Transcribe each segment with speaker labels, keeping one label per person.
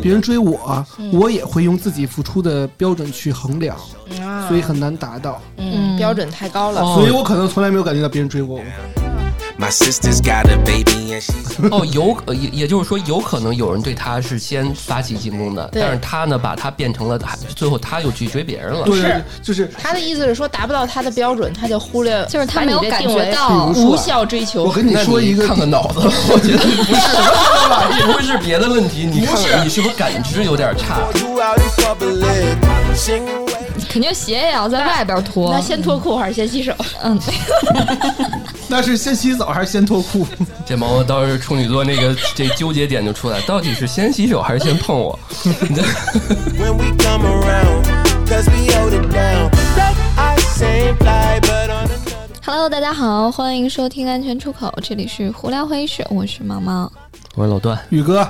Speaker 1: 别人追我，
Speaker 2: 嗯
Speaker 1: 我也会用自己付出的标准去衡量，
Speaker 2: 啊
Speaker 1: 所以很难达到。
Speaker 2: 嗯，标准太高了。
Speaker 1: 所以我可能从来没有感觉到别人追过我。
Speaker 2: 嗯
Speaker 3: My sister's got a baby and she's
Speaker 4: 哦，有呃也也就是说，有可能有人对他是先发起进攻的，
Speaker 2: 对
Speaker 4: 但是他呢，把他变成了，还最后他又去追别人了。
Speaker 1: 对
Speaker 2: 是，
Speaker 1: 就是
Speaker 2: 他的意思是说，达不到他的标准，他就忽略，
Speaker 5: 就是他没有
Speaker 2: 把你的
Speaker 5: 感
Speaker 2: 定
Speaker 5: 觉
Speaker 2: 位
Speaker 5: 到
Speaker 1: 比如说啊
Speaker 2: 无效追求。
Speaker 1: 我跟你
Speaker 4: 那
Speaker 1: 说一个
Speaker 4: 看看脑子，我觉得不是，不是别的问题，你看看你是不是感知有点差？
Speaker 3: you out in public. Sing away.
Speaker 5: 肯定鞋也要在外边脱
Speaker 2: 那。先脱裤还是先洗手？
Speaker 5: 嗯，
Speaker 1: 那是先洗澡还是先脱裤？
Speaker 4: 这毛毛当时处女座那个这纠结点就出来，到底是先洗手还是先碰我？
Speaker 3: when we come around. Cause we hold it down. Red eye, same fly, but on another.
Speaker 5: Hello，大家好，欢迎收听安全出口，这里是胡聊会议室，我是毛毛。
Speaker 4: 我说老段，
Speaker 1: 宇哥，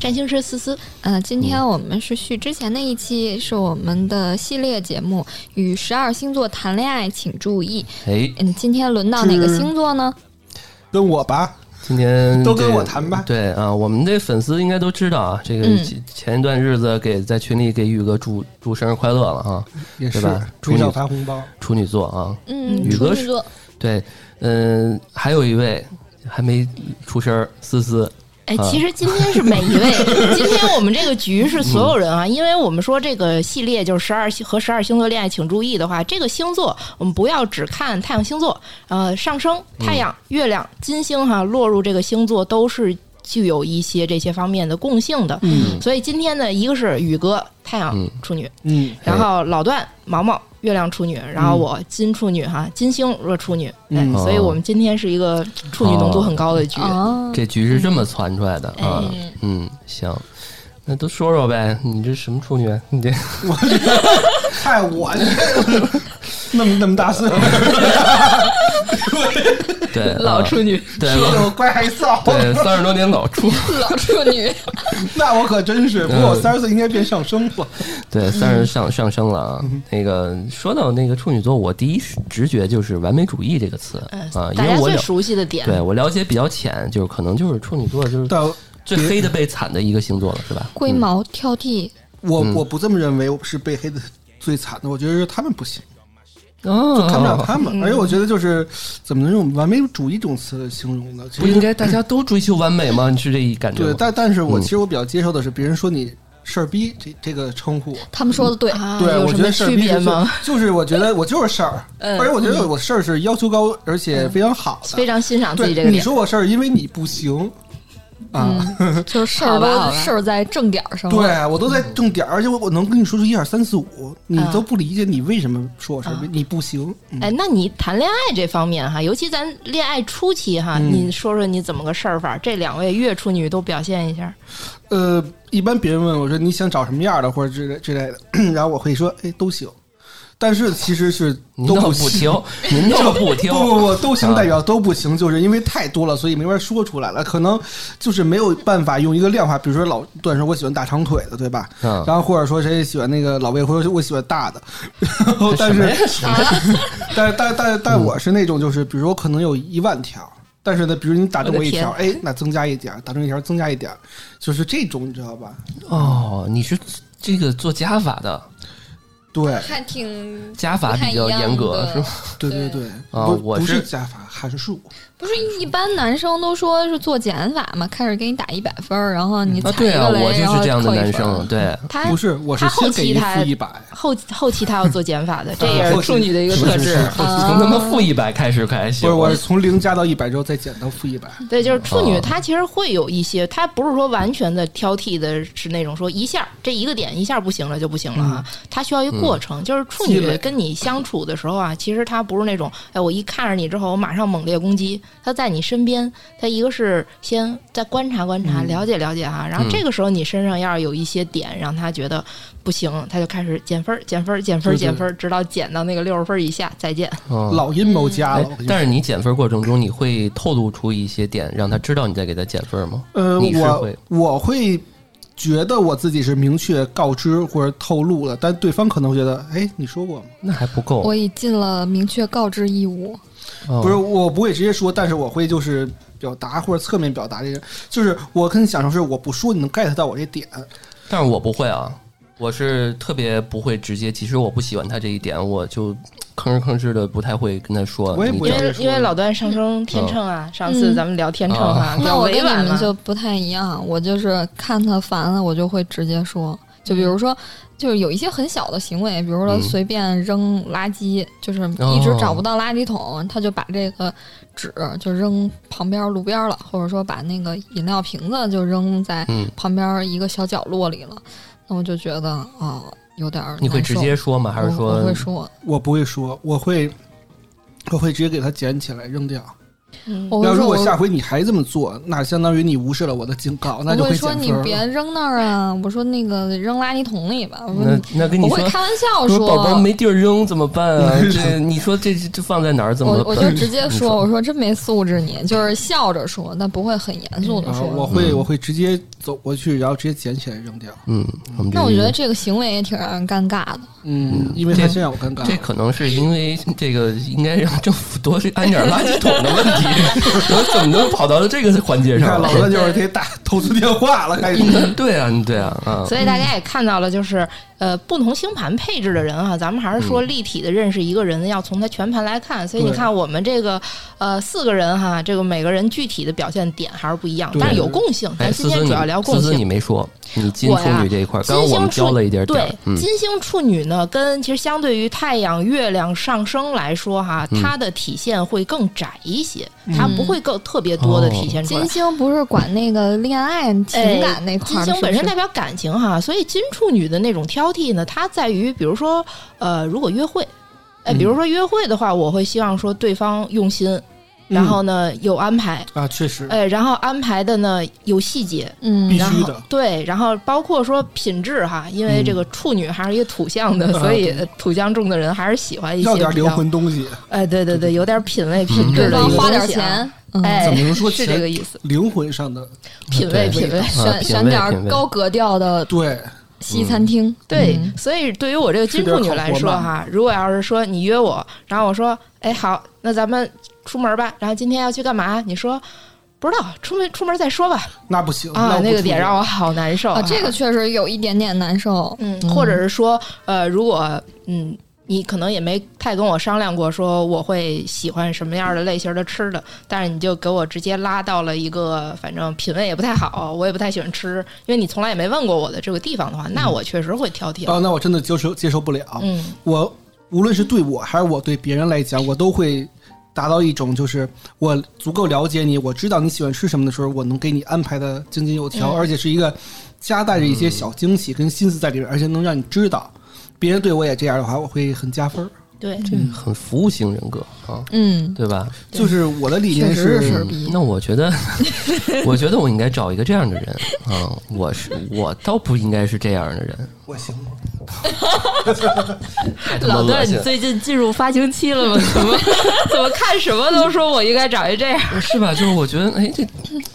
Speaker 2: 占星师思思，
Speaker 5: 呃，今天我们是续之前的一期，是我们的系列节目《与十二星座谈恋爱，请注意》。
Speaker 4: 哎，
Speaker 5: 嗯，今天轮到哪个星座呢？
Speaker 1: 跟我吧，
Speaker 4: 今天
Speaker 1: 都跟
Speaker 4: 这
Speaker 1: 我谈吧
Speaker 4: 对啊，我们这粉丝应该都知道啊，这个
Speaker 5: 嗯
Speaker 4: 前前一段日子给在群里给宇哥祝祝生日快乐了啊，
Speaker 1: 也是
Speaker 4: 对吧处
Speaker 1: 追
Speaker 4: 女
Speaker 1: 想发红包。
Speaker 4: 处女座啊，
Speaker 5: 嗯，
Speaker 4: 宇
Speaker 5: 处
Speaker 4: 哥
Speaker 5: 女座。
Speaker 4: 对，嗯，还有一位还没出声儿，思思，
Speaker 2: 哎，
Speaker 4: 啊
Speaker 2: 其实今天是每一位，今天我们这个局是所有人啊，因为我们说这个系列就是十二星和十二星座恋爱，请注意的话，这个星座我们不要只看太阳星座，呃，上升太阳、月亮、金星哈、落入这个星座都是具有一些这些方面的共性的。
Speaker 1: 嗯
Speaker 2: 所以今天呢，一个是宇哥太阳
Speaker 4: 嗯
Speaker 2: 处女，
Speaker 1: 嗯，
Speaker 2: 然后老段毛毛月亮处女，然后我金处女哈，金星若处女，哎
Speaker 1: 嗯，啊
Speaker 2: 所以我们今天是一个处女浓度很高的局。
Speaker 5: 哦，
Speaker 4: 这局是这么传出来的啊，
Speaker 2: 哎
Speaker 4: 嗯，行。那都说说呗，你这什么处女？啊 你这
Speaker 1: 嗨，我 那么那么大 岁数，
Speaker 4: 对
Speaker 2: 老
Speaker 4: 处
Speaker 2: 处女，
Speaker 4: 对
Speaker 1: 说的
Speaker 4: 老
Speaker 1: 我乖还臊。
Speaker 4: 对三十多年老 处，
Speaker 5: 老处女。
Speaker 1: 那我可真是，不过我三十岁应该变上升了。
Speaker 4: 对三十上上升了啊。那个说到那个处女座，我第一直觉就是完美主义这个词
Speaker 2: 嗯
Speaker 4: 啊，因
Speaker 2: 大
Speaker 4: 为
Speaker 2: 家
Speaker 4: 我
Speaker 2: 最
Speaker 4: 了
Speaker 2: 熟悉的点，
Speaker 4: 对我了解比较浅，就是可能就是处女座就是
Speaker 1: 但
Speaker 4: 最黑的被惨的一个星座了，是吧？
Speaker 5: 龟毛挑剔，
Speaker 1: 我我不这么认为，我是被黑的最惨的。我觉得是他们不行，
Speaker 4: 哦，
Speaker 1: 看不了他
Speaker 2: 嗯
Speaker 1: 们。而且我觉得就是怎么能用完美主义这种词形容呢？其实
Speaker 4: 不应该大家都追求完美吗？你是这一感觉吗？
Speaker 1: 对，但但是我
Speaker 4: 嗯
Speaker 1: 其实我比较接受的是别人说你事儿逼这这个称呼。
Speaker 5: 他们说的对，
Speaker 2: 啊，
Speaker 1: 对，
Speaker 2: 有
Speaker 1: 我
Speaker 2: 什
Speaker 1: 觉
Speaker 2: 么
Speaker 1: 得事儿
Speaker 2: 区
Speaker 1: 逼
Speaker 2: 别
Speaker 1: 就是
Speaker 2: 吗？
Speaker 1: 就是我觉得我就是事儿，
Speaker 2: 嗯
Speaker 1: 而且我觉得我事儿是要求高，而且非常好的。
Speaker 2: 非常欣赏自
Speaker 1: 对
Speaker 2: 己这个
Speaker 1: 你
Speaker 2: 点。嗯
Speaker 1: 说我事儿，因为你不行啊，
Speaker 5: 就是事儿
Speaker 2: 好吧
Speaker 5: 都
Speaker 2: 好吧
Speaker 5: 事儿在正点儿上。，
Speaker 1: 对我都在正点儿，而且我我能跟你说出一二三四五，你
Speaker 2: 嗯
Speaker 1: 都不理解你为什么说我事
Speaker 2: 啊
Speaker 1: 儿逼，你不行。嗯
Speaker 2: 哎，那你谈恋爱这方面哈，尤其咱恋爱初期哈，
Speaker 1: 嗯
Speaker 2: 你说说你怎么个事儿法？这两位月处女都表现一下。
Speaker 1: 呃，一般别人问我说你想找什么样的或者之类之类的， 然后我会说哎都行，但是其实是
Speaker 4: 您
Speaker 1: 都
Speaker 4: 倒
Speaker 1: 行
Speaker 4: 不听， 您倒不听，
Speaker 1: 不不不，都行
Speaker 4: 啊
Speaker 1: 代表都不行，就是因为太多了，所以没法说出来了。可能就是没有办法用一个量化，比如说老段说我喜欢大长腿的，对吧？
Speaker 4: 嗯
Speaker 1: 然后或者说谁喜欢那个老魏，或者我喜欢大的。 然后但
Speaker 4: 什么呀
Speaker 1: 是，但是但但但我是那种就是，比如说我可能有一万条。但是呢，比如你打中
Speaker 2: 我
Speaker 1: 我
Speaker 2: 的
Speaker 1: 一
Speaker 2: 天
Speaker 1: 条，
Speaker 4: 嗯
Speaker 1: 哎，那增加一点儿；打中一条，增加一点儿，就是这种，你知道吧？
Speaker 4: 哦，你是这个做加法的，
Speaker 1: 对，
Speaker 5: 还挺
Speaker 4: 加法比较严格是吗？
Speaker 1: 对对对，
Speaker 4: 啊
Speaker 1: 不
Speaker 4: 我
Speaker 1: 不
Speaker 4: 是
Speaker 1: 是加法函数，
Speaker 5: 不是一般男生都说是做减法嘛，开始给你打一百分儿，然后你
Speaker 4: 啊，
Speaker 5: 踩一
Speaker 4: 对啊，
Speaker 5: 个雷，
Speaker 4: 我就
Speaker 5: 然
Speaker 4: 是
Speaker 5: 后
Speaker 4: 这样的
Speaker 5: 扣一
Speaker 4: 男
Speaker 5: 分
Speaker 4: 生，
Speaker 5: 儿。
Speaker 4: 对，
Speaker 2: 他
Speaker 1: 不是，我是
Speaker 2: 哎他后
Speaker 1: 先给
Speaker 2: 期
Speaker 1: 一
Speaker 2: 他
Speaker 1: 负一百，
Speaker 2: 后后期他要做减 法的，这也
Speaker 1: 后
Speaker 2: 是
Speaker 1: 期
Speaker 2: 处女的一个特质。
Speaker 4: 从他妈负一百开始开始，
Speaker 1: 不是，我是从零加到一百之后再减到负一百。
Speaker 2: 对，就是处女，
Speaker 1: 啊
Speaker 4: 哦
Speaker 2: 她其实会有一些，她不是说完全的挑剔的，是那种说一下这一个点一下不行了就不行了啊，她需要一个过程。就是处
Speaker 1: 嗯积累
Speaker 2: 女跟你相处的时候啊，其实她不是那种，哎，我一看着你之后我马上猛烈攻击，她在你身边，她一个是先再观察观
Speaker 1: 嗯
Speaker 2: 察，了解了解哈、然后这个时候你身上要是有一些点让她觉得不行，她就开始减分儿、减分儿、减分儿、
Speaker 1: 对对
Speaker 2: 减分儿，直到减到那个六十分儿以下再见。
Speaker 4: 嗯。
Speaker 1: 老阴谋
Speaker 2: 啊
Speaker 1: 家
Speaker 4: 哎
Speaker 1: 了，我跟你说
Speaker 4: 但是你减分过程中，你会透露出一些点，让他知道你在给他减分吗？
Speaker 1: 呃，
Speaker 4: 你是
Speaker 1: 我
Speaker 4: 会
Speaker 1: 我会觉得我自己是明确告知或者透露了，但对方可能会觉得，哎，你说过吗？
Speaker 4: 那还不够。
Speaker 5: 我已尽了明确告知义务。
Speaker 4: 哦
Speaker 1: 不是，我不会直接说，但是我会就是表达或者侧面表达这个，就是我跟你享受是我不说你能 get 到我这点，
Speaker 4: 但是我不会啊，我是特别不会直接。其实我不喜欢他这一点，我就吭哧吭哧的不太会跟他说。
Speaker 1: 我也
Speaker 4: 你
Speaker 1: 不
Speaker 4: 这
Speaker 2: 因
Speaker 1: 要
Speaker 2: 为
Speaker 1: 是
Speaker 2: 因为老段上升天秤啊，上次咱们聊天秤啊，比
Speaker 5: 那
Speaker 2: 较
Speaker 5: 我跟
Speaker 2: 委
Speaker 5: 你
Speaker 2: 婉
Speaker 5: 们
Speaker 2: 嘛，
Speaker 5: 就不太一样，我就是看他烦了，我就会直接说。就比如说，就是有一些很小的行为，比如说
Speaker 4: 嗯
Speaker 5: 随便扔垃圾，就是一直找不到垃圾桶，他就把这个纸就扔旁边路边了，或者说把那个饮料瓶子就扔在
Speaker 4: 嗯
Speaker 5: 旁边一个小角落里了。那我就觉得啊、有点儿
Speaker 4: 你会
Speaker 5: 难受
Speaker 4: 直接说吗？还是
Speaker 5: 我
Speaker 4: 说
Speaker 5: 我会说，
Speaker 1: 我不会说，我会我会直接给它捡起来扔掉。
Speaker 2: 嗯
Speaker 5: 我会
Speaker 1: 要
Speaker 5: 说
Speaker 1: 如果
Speaker 5: 我
Speaker 1: 下回你还这么做，那相当于你无视了我的警告，那就
Speaker 5: 我
Speaker 1: 会减
Speaker 5: 会说
Speaker 1: 分
Speaker 5: 你
Speaker 1: 了。
Speaker 5: 别扔那儿啊！我说那个扔垃圾桶里吧。我说
Speaker 4: 那
Speaker 5: 你
Speaker 4: 那跟你
Speaker 5: 我
Speaker 4: 说
Speaker 5: 会，开玩笑
Speaker 4: 说
Speaker 5: 说，
Speaker 4: 宝宝没地儿扔怎么办啊？这你说这这放在哪儿怎么办？
Speaker 5: 我我就直接
Speaker 4: 你
Speaker 5: 说，我说真没素质你，就是笑着说，但不会很严肃的
Speaker 1: 啊，
Speaker 5: 说。
Speaker 1: 我会
Speaker 4: 嗯
Speaker 1: 我会直接走过去，然后直接捡起来扔掉。
Speaker 4: 嗯，我们这
Speaker 5: 那我觉得这个行为也挺让人尴尬的。
Speaker 1: 嗯，因为他
Speaker 4: 这
Speaker 1: 现在我尴尬
Speaker 4: 这
Speaker 1: 了。
Speaker 4: 可能是因为这个应该让政府多安点垃圾桶的问题， 我怎么能跑到这个环节
Speaker 1: 你看
Speaker 4: 上
Speaker 1: 老
Speaker 4: 了？
Speaker 1: 哥就是给打投诉电话了，开始。
Speaker 4: 对啊，对啊，啊，
Speaker 2: 所以大家也看到了，就是呃，不同星盘配置的人啊，咱们还是说立体的认识一个人，要从他全盘来看。所以你
Speaker 1: 对
Speaker 2: 看我们这个呃四个人哈，这个每个人具体的表现点还是不一样，
Speaker 1: 对
Speaker 2: 但是有共性。
Speaker 4: 哎，
Speaker 2: 咱
Speaker 4: 思
Speaker 2: 今
Speaker 4: 思
Speaker 2: 天
Speaker 4: 你
Speaker 2: 主要聊共
Speaker 4: 思思你
Speaker 2: 性。
Speaker 4: 没说，你金处女这一块，
Speaker 2: 金
Speaker 4: 刚刚我
Speaker 2: 星
Speaker 4: 们
Speaker 2: 处
Speaker 4: 教了一点点
Speaker 2: 对
Speaker 4: 儿，嗯，
Speaker 2: 金星处女呢，跟其实相对于太阳、月亮、上升来说哈，
Speaker 4: 嗯
Speaker 2: 它的体现会更窄一些，
Speaker 5: 嗯
Speaker 2: 它不会更特别多的体现出来
Speaker 5: 金。星不是管那个恋爱情感那块儿，
Speaker 2: 哎金星
Speaker 5: 是不
Speaker 2: 本身
Speaker 5: 是
Speaker 2: 代表感情哈，所以金处女的那种挑剔呢，它在于比如说呃，如果约会，哎，比
Speaker 4: 嗯
Speaker 2: 如说约会的话，我会希望说对方用心，
Speaker 5: 嗯
Speaker 2: 然后呢有安排，
Speaker 1: 啊，确实
Speaker 2: 哎，然后安排的呢有细节。
Speaker 1: 必
Speaker 5: 嗯，
Speaker 1: 须
Speaker 2: 然后
Speaker 1: 的嗯
Speaker 2: 对，然后包括说品质哈，因为这个处女还是一个土象的，
Speaker 1: 啊
Speaker 2: 所以
Speaker 1: 对
Speaker 2: 土象重的人还是喜欢一些
Speaker 1: 要点
Speaker 2: 比
Speaker 1: 灵
Speaker 2: 较。
Speaker 1: 魂东西，
Speaker 2: 哎，对对对，有点品味品
Speaker 1: 嗯
Speaker 2: 质
Speaker 5: 对
Speaker 2: 的
Speaker 5: 方
Speaker 2: 一个
Speaker 5: 花点
Speaker 2: 东西啊
Speaker 5: 钱，，嗯
Speaker 2: 哎，
Speaker 1: 怎么能说
Speaker 2: 是
Speaker 1: 钱啊
Speaker 2: 这个意思？
Speaker 1: 灵魂上的
Speaker 2: 品味
Speaker 4: 对
Speaker 2: 品味。
Speaker 4: 啊
Speaker 5: 选
Speaker 4: 品
Speaker 5: 选
Speaker 4: 味
Speaker 5: 点
Speaker 4: 品
Speaker 5: 儿
Speaker 4: 味
Speaker 5: 高格调的
Speaker 1: 对，
Speaker 5: 西餐厅。
Speaker 2: 对
Speaker 5: 嗯，
Speaker 2: 所以对于我这个金
Speaker 1: 吃点
Speaker 2: 处女
Speaker 1: 烤
Speaker 2: 来
Speaker 1: 活
Speaker 2: 说
Speaker 1: 嘛
Speaker 2: 哈，如果要是说你约我，然后我说，哎，好，那咱们出门吧，然后今天要去干嘛？你说不知道，出门出门再说吧。
Speaker 1: 那呃不行
Speaker 2: 啊，那个点让
Speaker 1: 我
Speaker 2: 我好难受
Speaker 4: 哦
Speaker 5: 啊，这个确实有一点点难受。
Speaker 2: 嗯，或者是说，呃，如果嗯。你可能也没太跟我商量过，说我会喜欢什么样的类型的吃的，但是你就给我直接拉到了一个反正品味也不太好，我也不太喜欢吃，因为你从来也没问过我的这个地方的话，那我确实会挑剔
Speaker 1: 不。啊，那我真的接受接受不了。
Speaker 2: 嗯，
Speaker 1: 我无论是对我还是我对别人来讲，我都会达到一种就是我足够了解你，我知道你喜欢吃什么的时候，我能给你安排的井井有条，
Speaker 2: 嗯
Speaker 1: 而且是一个夹带着
Speaker 4: 嗯
Speaker 1: 一些小惊喜跟心思在里边，而且能让你知道。别人对我也这样的话，我会很加分儿。
Speaker 2: 对，
Speaker 4: 很服务型人格啊，
Speaker 5: 嗯，
Speaker 4: 对吧？
Speaker 1: 就是我的理念
Speaker 5: 确实
Speaker 1: 是，
Speaker 5: 是
Speaker 4: 嗯那我觉 得，我觉得我应该找一个这样的人啊，我是我倒不应该是这样的人，
Speaker 1: 我行吗？
Speaker 4: 太他妈
Speaker 2: 老
Speaker 4: 恶
Speaker 2: 段，
Speaker 4: 心
Speaker 2: 你
Speaker 4: 了
Speaker 2: 最近进入发情期了吗？怎 么怎么看什么都说我应该找一这样，
Speaker 4: 是吧？就是我觉得，哎，这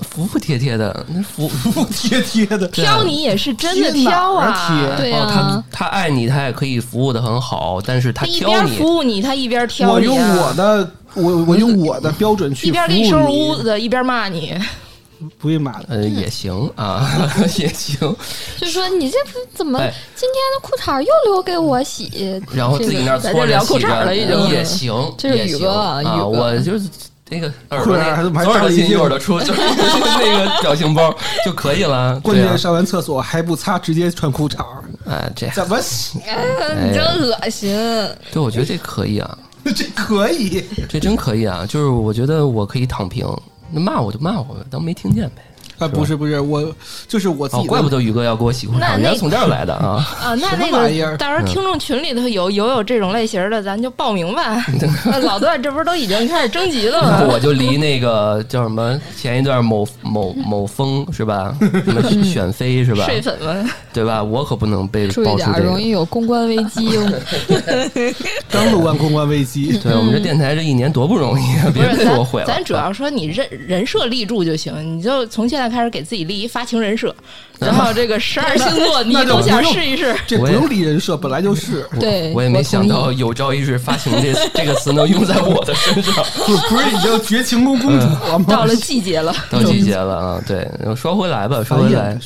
Speaker 4: 服服帖帖的，那服 服
Speaker 1: 贴贴的，
Speaker 4: 对啊
Speaker 2: 挑你也是真的
Speaker 1: 贴哪儿
Speaker 2: 挑啊
Speaker 1: 贴。
Speaker 5: 对呀、
Speaker 4: 哦，他他爱你，他也可以服务的很好，但是他
Speaker 2: 他一
Speaker 4: 挑
Speaker 2: 边
Speaker 4: 你，
Speaker 2: 服务你，他一边挑
Speaker 1: 我
Speaker 2: 你、啊，
Speaker 1: 用我的，我我用我的标准去
Speaker 2: 一边
Speaker 1: 服
Speaker 2: 给你收拾
Speaker 1: 务
Speaker 2: 屋
Speaker 1: 你，
Speaker 2: 子，一边骂你。
Speaker 1: 不会骂的。
Speaker 4: 呃，
Speaker 2: 嗯
Speaker 4: 也行啊， 也行。
Speaker 5: 就说你这怎么
Speaker 4: 哎
Speaker 5: 今天的裤衩又留给我洗？
Speaker 4: 然后自己那儿
Speaker 2: 这个咱
Speaker 4: 搓
Speaker 2: 就
Speaker 4: 着
Speaker 2: 聊裤
Speaker 4: 洗着
Speaker 2: 衩了已经
Speaker 5: 嗯
Speaker 4: 也行，
Speaker 5: 这是
Speaker 4: 也
Speaker 5: 宇
Speaker 4: 行
Speaker 5: 哥啊宇
Speaker 4: 啊，
Speaker 5: 哥
Speaker 4: 我就是。那个耳
Speaker 1: 裤
Speaker 4: 朵
Speaker 1: 衩
Speaker 4: 那
Speaker 1: 还
Speaker 4: 个
Speaker 1: 怎么还
Speaker 4: 左耳朵
Speaker 1: 扎了一
Speaker 4: 进
Speaker 1: 劲
Speaker 4: 右耳朵出，就是 那个表情包就可以了。
Speaker 1: 关
Speaker 4: 对啊
Speaker 1: 键，上完厕所还不擦，直接穿裤衩儿，
Speaker 4: 哎，这
Speaker 1: 怎么洗？
Speaker 5: 你真恶心！
Speaker 4: 对我觉得这可以啊，
Speaker 1: 这可以。
Speaker 4: 这真可以啊。就是我觉得我可以躺平，那骂我就骂我，当没听见呗。
Speaker 1: 啊，不是不是，我就是我自己
Speaker 4: 哦，
Speaker 1: 的，
Speaker 4: 怪不得宇哥要给我洗裤
Speaker 2: 那
Speaker 4: 衩，原来
Speaker 2: 那
Speaker 4: 从这儿来的啊。
Speaker 2: 啊，那
Speaker 1: 什么
Speaker 2: 那个
Speaker 1: 玩意儿
Speaker 2: 到
Speaker 4: 嗯
Speaker 2: 时候听众群里头有有有这种类型的，咱就报名 吧。那老段这不是都已经开始征集了
Speaker 4: 然后我
Speaker 2: 吗？
Speaker 4: 就离那个叫什么，前一段某某某风是吧？什么选妃是
Speaker 2: 嗯
Speaker 4: 吧？
Speaker 2: 睡粉们，
Speaker 4: 对吧？我可不能被
Speaker 5: 注
Speaker 4: 爆
Speaker 5: 意
Speaker 4: 出
Speaker 5: 点
Speaker 4: 这
Speaker 5: 儿，容
Speaker 4: 个。
Speaker 5: 易有公关 危机。
Speaker 1: 刚录完公关危 机，
Speaker 4: 对我们这电台这一年多不容易啊，
Speaker 2: 嗯不
Speaker 4: 别
Speaker 2: 是
Speaker 4: 被我
Speaker 2: 咱
Speaker 4: 毁了。
Speaker 2: 咱主要说你人人设立住就行，你就从现在在开始给自己立一发情人 设，然后这个十二星座你
Speaker 1: 那就
Speaker 2: 都想
Speaker 1: 不用
Speaker 2: 试一试。
Speaker 1: 这不用立人设，本来就是，
Speaker 4: 我
Speaker 5: 对
Speaker 4: 我也
Speaker 5: 我
Speaker 4: 没
Speaker 5: 同
Speaker 4: 想
Speaker 5: 意
Speaker 4: 到有朝一日“发情”这这个词能用在我的 身上。
Speaker 1: 不不是已经绝情公公主
Speaker 4: 嗯
Speaker 1: 了吗？
Speaker 2: 到了季节了，
Speaker 4: 到季节了啊，对，然后说回来吧，说回
Speaker 1: 哎
Speaker 4: 来
Speaker 1: 呀，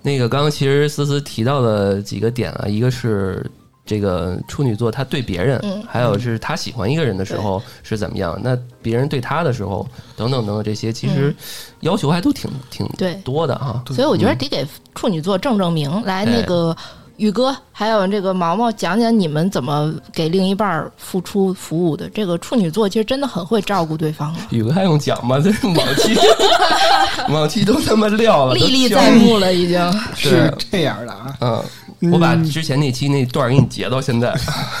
Speaker 4: 那个刚刚其实思思提到了几个点啊，一个是这个处女座他对别人，
Speaker 2: 嗯
Speaker 4: 还有是他喜欢一个人的时候是怎么样，那别人对他的时候等等等等这些，其实要求还都挺挺
Speaker 2: 嗯对，
Speaker 4: 多的哈。
Speaker 2: 所以我觉得得给处女座正正名，来
Speaker 1: 嗯
Speaker 4: 对
Speaker 2: 那个宇哥还有这个毛毛讲讲你们怎么给另一半儿付出服务的。这个处女座其实真的很会照顾对方了，
Speaker 4: 宇哥还用讲吗？这是 往 期往期都他妈撂了，
Speaker 2: 历
Speaker 4: 都
Speaker 2: 历
Speaker 4: 教
Speaker 2: 在目了，已经。
Speaker 1: 是这样的啊，
Speaker 4: 嗯，我把之前那期那段儿给你截到现在。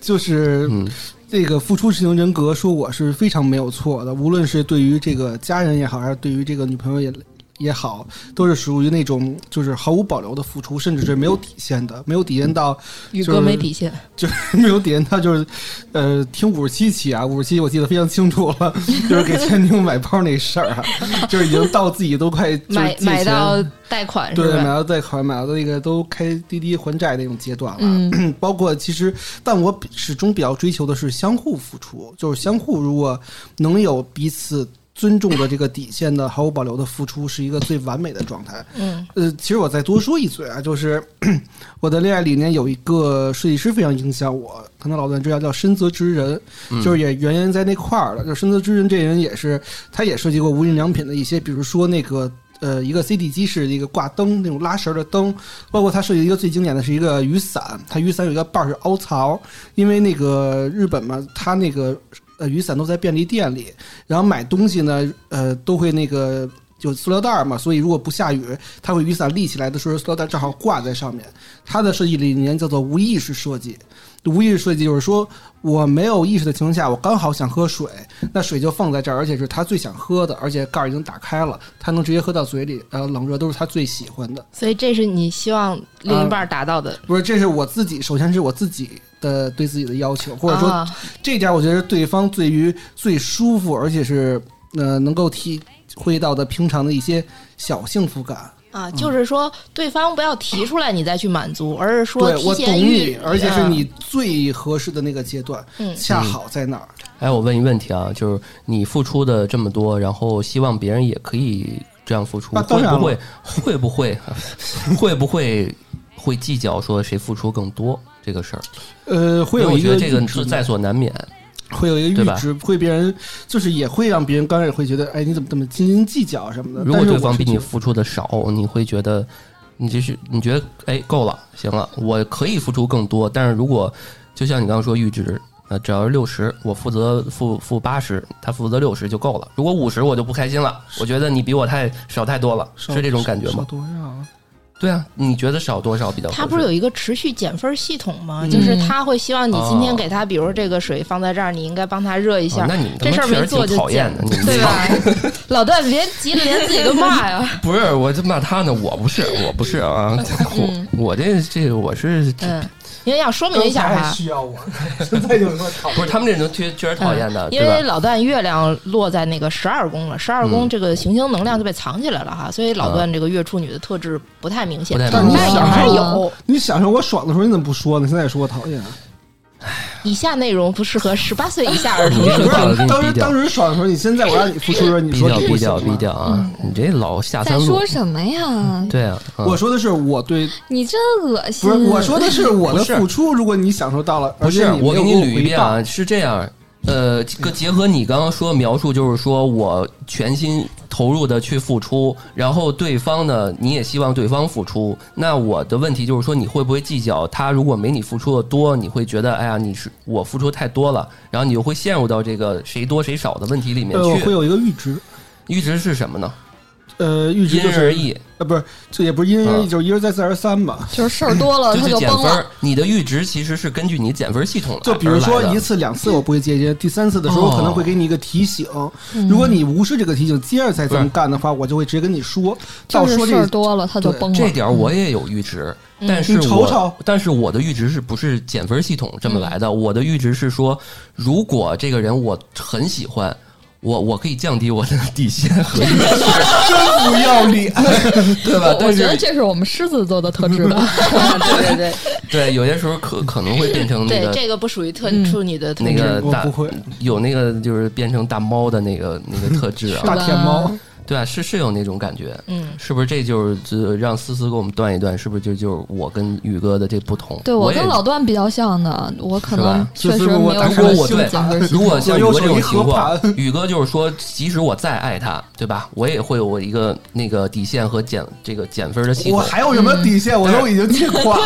Speaker 1: 就是
Speaker 4: 嗯
Speaker 1: 这个付出型人格，说我是非常没有错的，无论是对于这个家人也好，还是对于这个女朋友也也好，都是属于那种就是毫无保留的付出，甚至是没有底线的，没有底线到
Speaker 2: 宇
Speaker 1: 就
Speaker 2: 哥
Speaker 1: 是
Speaker 2: 没底线，
Speaker 1: 就是 没有底线到就是，呃，听五十七期啊，五十七我记得非常清楚了，就是给 千宁买包那事儿啊，就是已经到自己都快就是
Speaker 2: 买
Speaker 1: 借
Speaker 2: 买
Speaker 1: 钱
Speaker 2: 到贷款是
Speaker 1: 对，买
Speaker 2: 吧？
Speaker 1: 到贷款，买到那个都开滴滴还债那种阶段了。
Speaker 5: 嗯
Speaker 1: 包括其实，但我始终比较追求的是相互付出，就是相互如果能有彼此尊重的这个底线的毫无保留的付出，是一个最完美的状态。
Speaker 2: 嗯，
Speaker 1: 呃，其实我再多说一嘴啊，就是 我的恋爱理念有一个设计师非常影响我，可能老段知道叫深泽直人，就是也原研在那块儿了。就深泽直人这人也是，他也设计过无印良品的一些，比如说那个。呃，一个 CD 机是一个挂灯那种拉绳儿的灯，包括他设计一个最经典的是一个雨伞，它雨伞有一个把儿是凹槽，因为那个日本嘛，它那个呃雨伞都在便利店里，然后买东西呢，呃都会那个有塑料袋儿嘛，所以如果不下雨，它会雨伞立起来的时候，塑料袋正好挂在上面。它的设计理念叫做无意识设计。无意识设计就是说，我没有意识的情况下，我刚好想喝水，那水就放在这儿，而且是他最想喝的，而且盖儿已经打开了，他能直接喝到嘴里，然后冷热都是他最喜欢的。
Speaker 2: 所以这是你希望另一半儿达到的，
Speaker 1: 不是，这是我自己，首先是我自己的对自己的要求，或者说
Speaker 2: 啊
Speaker 1: 这点我觉得是对方对于最舒服，而且是呃能够体会到的平常的一些小幸福感。
Speaker 2: 啊，就是说对方不要提出来你再去满足，而是说
Speaker 1: 嗯对
Speaker 2: 提
Speaker 1: 我懂
Speaker 2: 前预啊
Speaker 1: 你，，而且是你最合适的那个阶段，
Speaker 2: 嗯
Speaker 1: 恰好在那儿。
Speaker 4: 哎，我问一问题啊，就是你付出的这么多，然后希望别人也可以这样付出，
Speaker 1: 那啊当
Speaker 4: 会
Speaker 1: 然
Speaker 4: 不
Speaker 1: 了
Speaker 4: 会会不会 会不会会计较说谁付出更多这个事儿？
Speaker 1: 呃，会
Speaker 4: 因为
Speaker 1: 有
Speaker 4: 我
Speaker 1: 一
Speaker 4: 觉
Speaker 1: 个
Speaker 4: 得这个
Speaker 1: 阈值
Speaker 4: 是在所难免。
Speaker 1: 会有一个
Speaker 4: 对
Speaker 1: 阈
Speaker 4: 吧
Speaker 1: 值，会别人就是也会让别人刚开始会觉得，哎，你怎么这么斤斤计较什么的？
Speaker 4: 如
Speaker 1: 但是
Speaker 4: 果对
Speaker 1: 我
Speaker 4: 方
Speaker 1: 是
Speaker 4: 比
Speaker 1: 觉
Speaker 4: 你
Speaker 1: 得
Speaker 4: 付出的少，你会觉得你这是你觉得哎够了，行了，我可以付出更多。但是如果就像你刚刚说阈值，呃，只要是六十，我负责付付八十，他负责六十就够了。如果五十，我就不开心了，我觉得你比我太少太多了，
Speaker 1: 少
Speaker 4: 是这种感觉
Speaker 1: 少
Speaker 4: 吗？
Speaker 1: 多少？
Speaker 4: 对啊，你觉得少多少比较合适？
Speaker 2: 他不是有一个持续减分系统吗？
Speaker 1: 嗯
Speaker 2: 就是他会希望你今天
Speaker 4: 哦
Speaker 2: 给他，比如这个水放在这儿，你应该帮他热一
Speaker 4: 啊
Speaker 2: 下。
Speaker 4: 那你们
Speaker 2: 这事儿
Speaker 4: 确
Speaker 2: 没
Speaker 4: 实
Speaker 2: 做
Speaker 4: 挺
Speaker 2: 就
Speaker 4: 讨厌
Speaker 2: 减
Speaker 4: 的，你们
Speaker 5: 对
Speaker 4: 这
Speaker 5: 吧？老段别急着连自己都 骂呀，
Speaker 4: 不是我就骂他呢，我不是，我不是啊， 我我这这个我是
Speaker 2: 嗯，因为要说明一下
Speaker 1: 刚才还
Speaker 2: 哈，
Speaker 1: 需要我，现在有什么考虑？
Speaker 4: 不是他们这种确确实讨厌的，
Speaker 2: 嗯因
Speaker 4: 对吧
Speaker 2: 为老段月亮落在那个十二宫了，十二宫
Speaker 4: 嗯
Speaker 2: 这个行星能量就被藏起来了哈，所以老段这个月处女的特质不太明显，
Speaker 4: 不太
Speaker 2: 但
Speaker 4: 明
Speaker 1: 显
Speaker 2: 也还是有。
Speaker 1: 你想想我爽的时候，你怎么不说呢？现在说我讨厌，
Speaker 2: 以下内容不适合十八岁以下 儿童
Speaker 4: 你。
Speaker 1: 不
Speaker 4: 说话了给
Speaker 1: 是
Speaker 4: 你
Speaker 1: 当
Speaker 4: 低
Speaker 1: 时
Speaker 4: 调
Speaker 1: 当时爽的时候，你现在我让你付出的时候，你
Speaker 4: 低
Speaker 1: 说
Speaker 4: 调
Speaker 1: 你
Speaker 4: 低
Speaker 1: 不行
Speaker 4: 调
Speaker 1: 吗
Speaker 4: 低调啊！
Speaker 2: 嗯
Speaker 4: 你这老下
Speaker 5: 在
Speaker 4: 三路
Speaker 5: 说，什么呀？
Speaker 4: 对啊，啊
Speaker 1: 嗯我说的是我对，
Speaker 5: 你真恶
Speaker 1: 不
Speaker 5: 心！
Speaker 1: 是我说的是我的
Speaker 4: 不是
Speaker 1: 付出，如果你享受到了，
Speaker 4: 不是
Speaker 1: 而且你
Speaker 4: 我给
Speaker 1: 没
Speaker 4: 你
Speaker 1: 有我
Speaker 4: 捋一
Speaker 1: 回
Speaker 4: 遍
Speaker 1: 报嗯
Speaker 4: 啊，是这样。呃，结结合你刚刚说的描述，就是说我全心投入的去付出，然后对方呢，你也希望对方付出。那我的问题就是说，你会不会计较他如果没你付出的多，你会觉得哎呀，你是我付出太多了，然后你就会陷入到这个谁多谁少的问题里面
Speaker 1: 呃，我会
Speaker 4: 去。
Speaker 1: 有一个阈值，
Speaker 4: 阈值是什么呢？
Speaker 1: 呃，阈值
Speaker 4: 因
Speaker 1: 就
Speaker 4: 人而
Speaker 1: 是
Speaker 4: 异，
Speaker 1: 呃，不是，这也不是因人而
Speaker 4: 嗯
Speaker 1: 异，就是一而再，再而三吧。
Speaker 5: 就是事儿多
Speaker 1: 呃
Speaker 5: 了，
Speaker 4: 就
Speaker 5: 他
Speaker 4: 是减
Speaker 5: 崩
Speaker 4: 分
Speaker 5: 了
Speaker 4: 儿。。你的阈值其实是根据你减分系统来
Speaker 1: 就比如说
Speaker 4: 而来的
Speaker 1: 一次两次我不会接接，第三次的时候
Speaker 4: 哦
Speaker 1: 我可能会给你一个提醒。如果你无视这个提醒，接着再这
Speaker 4: 不
Speaker 1: 么
Speaker 4: 是
Speaker 1: 干的话，我就会直接跟你说。到
Speaker 5: 就是
Speaker 1: 说
Speaker 5: 事
Speaker 1: 这
Speaker 5: 儿
Speaker 1: 个
Speaker 5: 多了，他就
Speaker 1: 对
Speaker 5: 崩了。
Speaker 4: 这点儿我也有阈值，
Speaker 2: 嗯
Speaker 4: 但是我
Speaker 1: 你瞅瞅
Speaker 4: 但是我的阈值是不是减嗯分系统这么来的？我的阈值是说，如果这个人我很喜欢，我我可以降低我的底线 和
Speaker 1: 不要脸，
Speaker 4: 对吧？
Speaker 5: 我
Speaker 4: 但
Speaker 5: 我觉得
Speaker 4: 是
Speaker 5: 这是我们狮子座的特质 吧。
Speaker 2: 对对对
Speaker 4: 对，有些时候可可能会变成 那
Speaker 2: 对，
Speaker 4: 个
Speaker 2: 这个不属于特
Speaker 5: 嗯
Speaker 2: 处女的特
Speaker 4: 那个嗯
Speaker 2: 质。
Speaker 1: 我
Speaker 4: 大
Speaker 1: 不会
Speaker 4: 有那个就是变成大猫的那个那个特质啊，
Speaker 1: 大天猫，
Speaker 4: 对啊，是是有那种感觉，
Speaker 2: 嗯，
Speaker 4: 是不是？这就是呃让思思给我们断一断，是不是就就是我跟宇哥的这不同？
Speaker 5: 对
Speaker 4: 我
Speaker 5: 我
Speaker 4: 也
Speaker 5: 跟老段比较像呢，我可
Speaker 4: 是吧
Speaker 5: 能确实
Speaker 1: 就是
Speaker 5: 没
Speaker 1: 我
Speaker 5: 有
Speaker 1: 打
Speaker 5: 什
Speaker 4: 如果
Speaker 5: 么
Speaker 4: 我
Speaker 5: 性
Speaker 4: 对
Speaker 5: 景
Speaker 1: 对
Speaker 5: 致。
Speaker 4: 如果像宇哥这种情
Speaker 1: 我右手一
Speaker 4: 况
Speaker 1: 合，盘
Speaker 4: 宇哥就是说，即使我再爱他，对吧？我也会有我一个那个底线和减这个减分的嗯系
Speaker 1: 我
Speaker 4: 统。
Speaker 1: 还有什么底线？我都已经借款了，我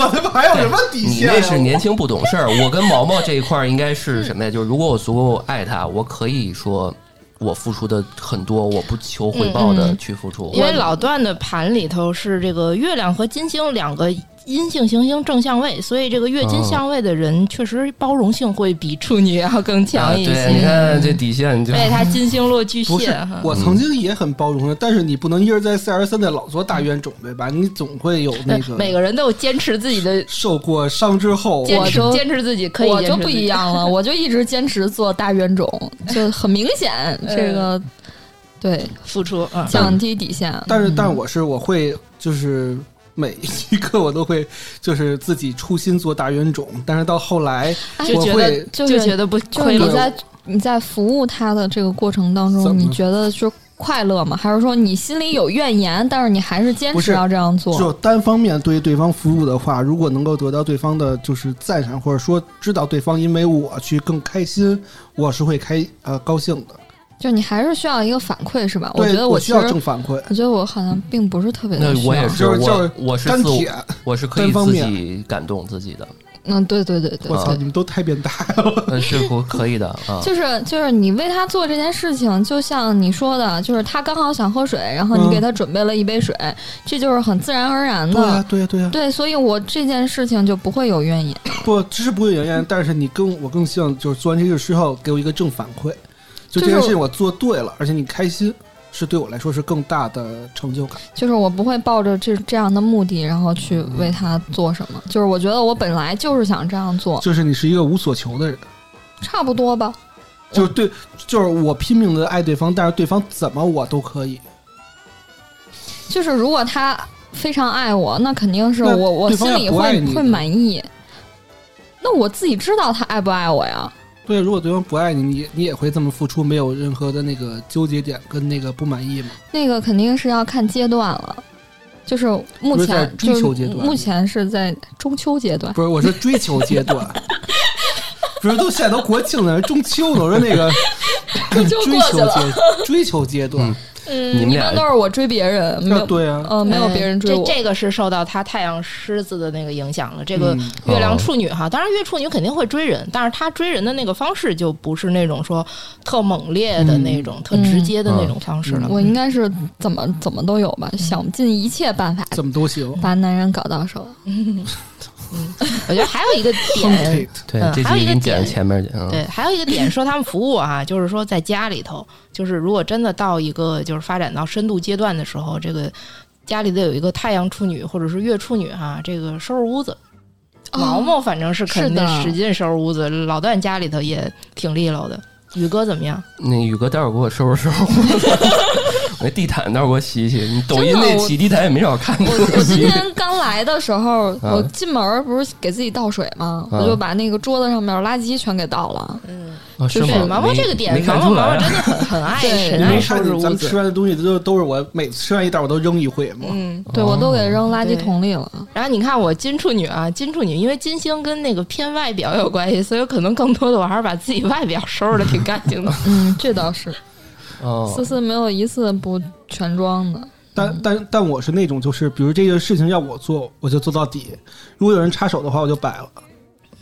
Speaker 1: 还我他妈还有什么底
Speaker 4: 你
Speaker 1: 线啊呀？
Speaker 4: 那 是年轻不懂事儿，我跟毛毛这一块儿应该是什么呀？就是如果我足够爱他，我可以说我付出的很多，我不求回报
Speaker 2: 嗯
Speaker 4: 的
Speaker 2: 嗯
Speaker 4: 去付出。
Speaker 2: 因为老段的盘里头是这个月亮和金星两个阴性行星正相位，所以这个月金相位的人确实包容性会比处女要更
Speaker 4: 啊，
Speaker 2: 强一
Speaker 4: 对，你
Speaker 2: 些。
Speaker 4: 看这底线就
Speaker 2: 而且他金星落巨
Speaker 1: 不是
Speaker 2: 蟹，哈，
Speaker 1: 我曾经也很包容的，但是你不能一而再、再而三的老做大冤种，对吧？你总会有那
Speaker 2: 对
Speaker 1: 个
Speaker 2: 每个人都有坚持自己的
Speaker 1: 受过伤之后，
Speaker 2: 坚
Speaker 5: 我
Speaker 2: 持
Speaker 5: 就
Speaker 2: 坚持自己，可以
Speaker 5: 我
Speaker 2: 坚
Speaker 5: 就
Speaker 2: 持
Speaker 5: 不
Speaker 2: 自己
Speaker 5: 一。样了，我就一直坚持做大冤种，就很明 显
Speaker 2: 嗯
Speaker 5: 这个对
Speaker 2: 付出，嗯，
Speaker 5: 降低底线。
Speaker 1: 但是，但是我是我会就是每一个我都会就是自己初心做大冤种，但是到后来
Speaker 5: 哎
Speaker 2: 就
Speaker 1: 我
Speaker 2: 觉
Speaker 1: 会
Speaker 2: 得
Speaker 5: 就是
Speaker 2: 觉得不
Speaker 5: 就是
Speaker 2: 亏
Speaker 5: 你
Speaker 2: 了。
Speaker 5: 在你在服务他的这个过程当
Speaker 1: 怎
Speaker 5: 中，
Speaker 1: 么
Speaker 5: 你觉得是快乐吗？还是说你心里有怨言，但是你还是坚
Speaker 1: 不是
Speaker 5: 持要这样做？
Speaker 1: 就单方面对对方服务的话，如果能够得到对方的就是赞赏，或者说知道对方因为我去更开心，我是会开呃高兴的。
Speaker 5: 就你还是需要一个反馈，是吧？我觉
Speaker 1: 对
Speaker 5: 得
Speaker 1: 我需
Speaker 5: 其实，
Speaker 1: 要正反馈，
Speaker 5: 我觉得我好像并不是特别的
Speaker 4: 那
Speaker 5: 需要。
Speaker 4: 我也是，
Speaker 1: 就是就
Speaker 4: 我
Speaker 1: 是
Speaker 4: 我是
Speaker 1: 单
Speaker 4: 自我啊
Speaker 1: 铁。
Speaker 4: 我是可以
Speaker 1: 单方
Speaker 4: 自
Speaker 1: 面
Speaker 4: 己感动自己的，
Speaker 5: 嗯，对对对对
Speaker 1: 我，操，
Speaker 4: 对
Speaker 1: 你们都太变态 了！
Speaker 4: 呃，是可可以的 啊。
Speaker 5: 就是就是你为他做这件事情，就像你说的，就是他刚好想喝水，然后你
Speaker 1: 嗯
Speaker 5: 给他准备了一杯水，这就是很自然而然
Speaker 1: 对啊呀
Speaker 5: 的。，
Speaker 1: 对呀，对呀，
Speaker 5: 对，所以我这件事情就不会有怨言。
Speaker 1: 不，其实不会有怨言，但是你更我更希望就是做完这个之后给我一个正反馈，就这
Speaker 5: 就是
Speaker 1: 件事情我做对了，而且你开心，是对我来说是更大的成就感。
Speaker 5: 就是我不会抱着这这样的目的，然后去为他做什么。就是我觉得我本来就是想这样做，
Speaker 1: 就是你是一个无所求的人，
Speaker 5: 差不多吧。
Speaker 1: 就是对，就是我拼命的爱对方，但是对方怎么我都可以。
Speaker 5: 就是如果他非常爱我，那肯定是
Speaker 1: 那
Speaker 5: 我我
Speaker 1: 对方
Speaker 5: 心
Speaker 1: 要
Speaker 5: 里
Speaker 1: 不爱
Speaker 5: 会
Speaker 1: 你
Speaker 5: 会
Speaker 1: 呢
Speaker 5: 满意。那我自己知道他爱不爱我呀？
Speaker 1: 对，如果对方不爱你，你你也会这么付出，没有任何的那个纠结点跟那个不满意嘛？
Speaker 5: 那个肯定是要看阶段了。就是目
Speaker 1: 不是在
Speaker 5: 前，
Speaker 1: 追
Speaker 5: 就是
Speaker 1: 求阶段
Speaker 5: 目前是在中秋阶段。
Speaker 1: 不是，我说追求阶段， 不是都现在都国庆了，中秋了，我说那个追
Speaker 5: 就
Speaker 1: 求
Speaker 5: 过去了
Speaker 1: 阶追求阶段，
Speaker 4: 你们
Speaker 5: 一嗯般都
Speaker 4: 俩
Speaker 5: 是我追别人，没
Speaker 1: 那
Speaker 5: 有
Speaker 1: 对啊，
Speaker 5: 呃没有别人追
Speaker 2: 嗯
Speaker 5: 我。
Speaker 2: 这这个是受到他太阳狮子的那个影响了。这个
Speaker 1: 嗯
Speaker 2: 月亮处女哈，当然月处女肯定会追人，但是他追人的那个方式就不是那种说特猛烈的那种、特直接的那种方式了。
Speaker 1: 嗯
Speaker 5: 我应该是怎么怎么都有吧，想尽一切办法
Speaker 1: 怎么都行。
Speaker 5: 把男人搞到手。
Speaker 2: 我觉得还有一个点
Speaker 1: Content，
Speaker 4: 对
Speaker 2: 嗯，
Speaker 4: 这
Speaker 2: 还有
Speaker 4: 集
Speaker 2: 一
Speaker 4: 给
Speaker 2: 个
Speaker 4: 你剪
Speaker 2: 点
Speaker 4: 前面去啊。
Speaker 2: 对，还有一个点说他们服务 啊，就是说在家里头，就是如果真的到一个就是发展到深度阶段的时候，这个家里的有一个太阳处女或者是月处女哈、啊这个收拾屋子。
Speaker 5: 哦
Speaker 2: 毛毛反正是肯
Speaker 5: 是
Speaker 2: 定
Speaker 5: 的
Speaker 2: 使劲收拾屋子，老段家里头也挺利落的。宇哥怎么样？
Speaker 4: 那宇哥，待会儿给我收拾收拾，我那地毯待会儿给我洗一洗。你抖音那
Speaker 5: 真的我
Speaker 4: 洗地毯也没少看。
Speaker 5: 我我今 天刚来的时候，
Speaker 4: 啊
Speaker 5: 我进门儿不是给自己倒水吗？
Speaker 4: 啊
Speaker 5: 我就把那个桌子上面垃圾全给倒了。
Speaker 1: 嗯
Speaker 4: 啊是
Speaker 2: 对
Speaker 4: 吗？
Speaker 2: 毛毛
Speaker 4: 没
Speaker 2: 这个点
Speaker 4: 没，
Speaker 2: 毛
Speaker 4: 看
Speaker 2: 毛
Speaker 4: 出来
Speaker 2: 毛毛
Speaker 4: 啊。
Speaker 2: 真的很很 爱
Speaker 5: 对
Speaker 2: 很
Speaker 1: 你
Speaker 2: 爱
Speaker 1: 没
Speaker 2: 收
Speaker 1: 看
Speaker 2: 拾
Speaker 1: 咱
Speaker 2: 屋
Speaker 1: 们吃
Speaker 2: 子。
Speaker 1: 完的东西都都是我每次吃完一袋我都扔一回嘛。
Speaker 2: 嗯，
Speaker 5: 对，我都给
Speaker 1: 哦
Speaker 5: 扔垃圾桶里了。
Speaker 2: 然后你看我金处女啊，金处女因为金星跟那个偏外表有关系，所以可能更多的我还是把自己外表收拾的挺干净的。
Speaker 5: 嗯，这倒是，思
Speaker 4: 哦，
Speaker 5: 思没有一次不全装的。
Speaker 1: 但但但我是那种就是，比如这个事情要我做，我就做到底。如果有人插手的话，我就摆了。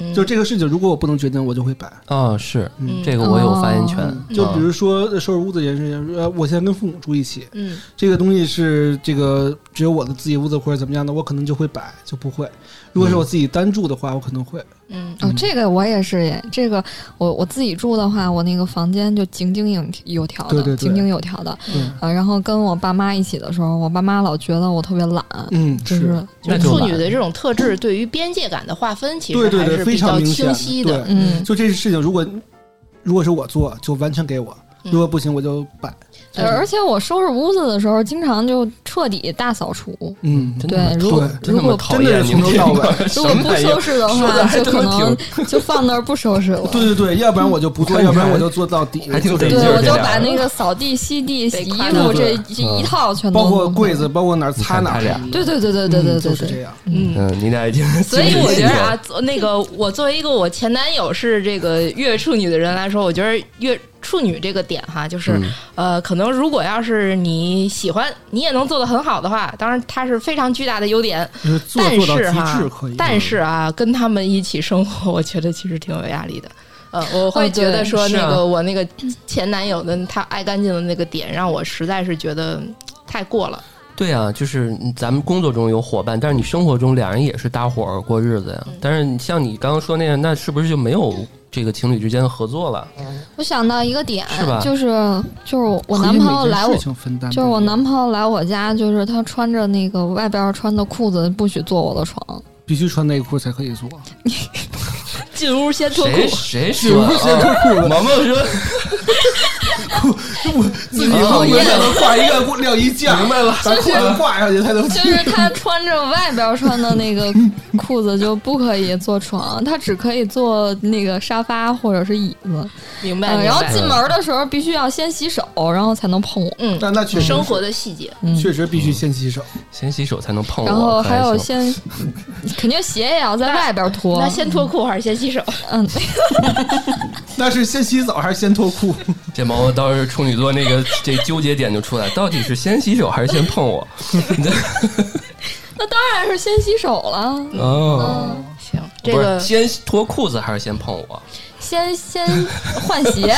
Speaker 2: 嗯
Speaker 1: 就这个事情，如果我不能决定，我就会摆。
Speaker 4: 哦，是
Speaker 1: 嗯
Speaker 4: 这个我有发言权
Speaker 2: 哦
Speaker 1: 嗯。就比
Speaker 4: 啊
Speaker 1: 如说呃收拾屋子这件事情，呃，我现在跟父母住一起，
Speaker 2: 嗯
Speaker 1: 这个东西是这个只有我的自己屋子或者怎么样的，我可能就会摆，就不会。如果是我自己单住的话，我可能会。
Speaker 2: 嗯，
Speaker 5: 哦，这个我也是耶。这个我我自己住的话，我那个房间就井井有有条的，
Speaker 1: 对对对
Speaker 5: 井井有条的。
Speaker 1: 嗯
Speaker 5: 呃，然后跟我爸妈一起的时候，我爸妈老觉得我特别懒，
Speaker 1: 嗯，
Speaker 5: 就是是
Speaker 4: 那就
Speaker 2: 处
Speaker 4: 懒
Speaker 2: 女的这种特质对于边界感的划分，其
Speaker 1: 对
Speaker 2: 实
Speaker 1: 对
Speaker 2: 还
Speaker 1: 对，
Speaker 2: 是
Speaker 1: 非
Speaker 2: 比
Speaker 1: 常
Speaker 2: 较
Speaker 1: 明显
Speaker 2: 清晰的。
Speaker 1: 对，
Speaker 5: 嗯，
Speaker 1: 就这事情，如果如果是我做，就完全给我。
Speaker 2: 嗯
Speaker 1: 如果不行我就摆。
Speaker 5: 对而且我收拾屋子的时候，经常就彻底大扫除。
Speaker 1: 嗯，
Speaker 4: 真的
Speaker 5: 对，
Speaker 4: 吗
Speaker 5: 如果
Speaker 1: 对
Speaker 4: 真那
Speaker 5: 如
Speaker 4: 么
Speaker 5: 果
Speaker 4: 讨厌你
Speaker 1: 真
Speaker 4: 们
Speaker 1: 的是从头到
Speaker 4: 这个人
Speaker 5: 如果不收拾的
Speaker 4: 说
Speaker 5: 话
Speaker 4: 得，还
Speaker 5: 就
Speaker 4: 他妈
Speaker 5: 可能
Speaker 4: 挺
Speaker 5: 就放那儿不收拾了。
Speaker 1: 对对对，要不然我就不做，
Speaker 4: 看
Speaker 1: 要不然
Speaker 4: 着
Speaker 1: 我就做到底，
Speaker 4: 还挺
Speaker 1: 就这
Speaker 4: 费
Speaker 5: 对，
Speaker 4: 劲儿
Speaker 1: 劲
Speaker 5: 我
Speaker 1: 儿。
Speaker 5: 就把那个扫地、吸地、洗衣
Speaker 2: 夸
Speaker 1: 张
Speaker 5: 服这
Speaker 1: 对嗯
Speaker 5: 这一套全都
Speaker 1: 包括
Speaker 5: 弄
Speaker 1: 柜子，包括哪儿擦哪
Speaker 4: 你看
Speaker 1: 儿。
Speaker 4: 他俩
Speaker 5: 对对对对对
Speaker 1: 嗯
Speaker 5: 对
Speaker 1: 就
Speaker 5: 对
Speaker 1: 是这
Speaker 5: 对，
Speaker 1: 样。
Speaker 2: 嗯。
Speaker 4: 嗯，你俩已经，
Speaker 2: 所以我觉得啊，，做那个我作为一个我前男友是这个月处女的人来说，我觉得月处女这个点哈，就是、
Speaker 4: 嗯
Speaker 2: 呃，可能如果要是你喜欢，你也能做得很好的话，当然它是非常巨大的优点。
Speaker 1: 就是做
Speaker 2: 但
Speaker 1: 做到
Speaker 2: 是
Speaker 1: 极
Speaker 2: 哈
Speaker 1: 致可以，，嗯
Speaker 2: 但是啊，跟他们一起生活，我觉得其实挺有压力的。呃，我会
Speaker 5: 哦
Speaker 2: 觉得
Speaker 5: 对
Speaker 2: 说
Speaker 4: 是
Speaker 2: 那
Speaker 4: 啊
Speaker 2: 个、我那个前男友的他爱干净的那个点，让我实在是觉得嗯太过了。
Speaker 4: 对啊，就是咱们工作中有伙伴，但是你生活中俩人也是搭伙儿过日子
Speaker 2: 嗯
Speaker 4: 呀。但是你像你刚刚说那样，那是不是就没有这个情侣之间的合作了？
Speaker 5: 我想到一个点
Speaker 4: 是吧，
Speaker 5: 就是就是我男朋友来我
Speaker 1: 事，情分担，
Speaker 5: 就是我男朋友来我家，就是他穿着那个外边穿的裤子不许坐我的床，
Speaker 1: 必须穿内裤才可以 做。
Speaker 2: 进屋先脱
Speaker 4: 谁
Speaker 2: 裤，
Speaker 4: 谁说的？
Speaker 1: 谁
Speaker 4: 啊
Speaker 1: 脱裤子
Speaker 4: 毛毛说
Speaker 1: 自己
Speaker 4: 己
Speaker 1: 后
Speaker 4: 后
Speaker 1: 面
Speaker 4: 面
Speaker 1: 挂一个晾衣架，
Speaker 4: 明白了，
Speaker 1: 咱先挂上去才能
Speaker 5: 就是他穿着外边穿的那个 裤子就不可以坐床，他只可以坐那个沙发或者是椅子，
Speaker 2: 明白？
Speaker 5: 嗯然后
Speaker 2: 明白
Speaker 5: 进门的时候必须要先洗手，然后才能碰我。
Speaker 2: 嗯，
Speaker 1: 但那确实
Speaker 2: 生活的细节。
Speaker 5: 嗯
Speaker 1: 确实必须先洗手。
Speaker 4: 先洗手才能碰我。
Speaker 5: 然后还有
Speaker 4: 可行
Speaker 5: 先，肯定鞋也要在外边脱。
Speaker 2: 那先脱裤还是先洗手？
Speaker 5: 嗯，
Speaker 1: 那是先洗澡还是先脱裤？
Speaker 4: 这毛毛倒是处女座那个 这纠结点就出来，到底是先洗手还是先碰我？
Speaker 5: 那当然是先洗手了。
Speaker 4: 哦，
Speaker 5: 嗯，
Speaker 2: 行，这
Speaker 4: 不是
Speaker 2: 个
Speaker 4: 先脱裤子还是先碰我？
Speaker 5: 先先换鞋，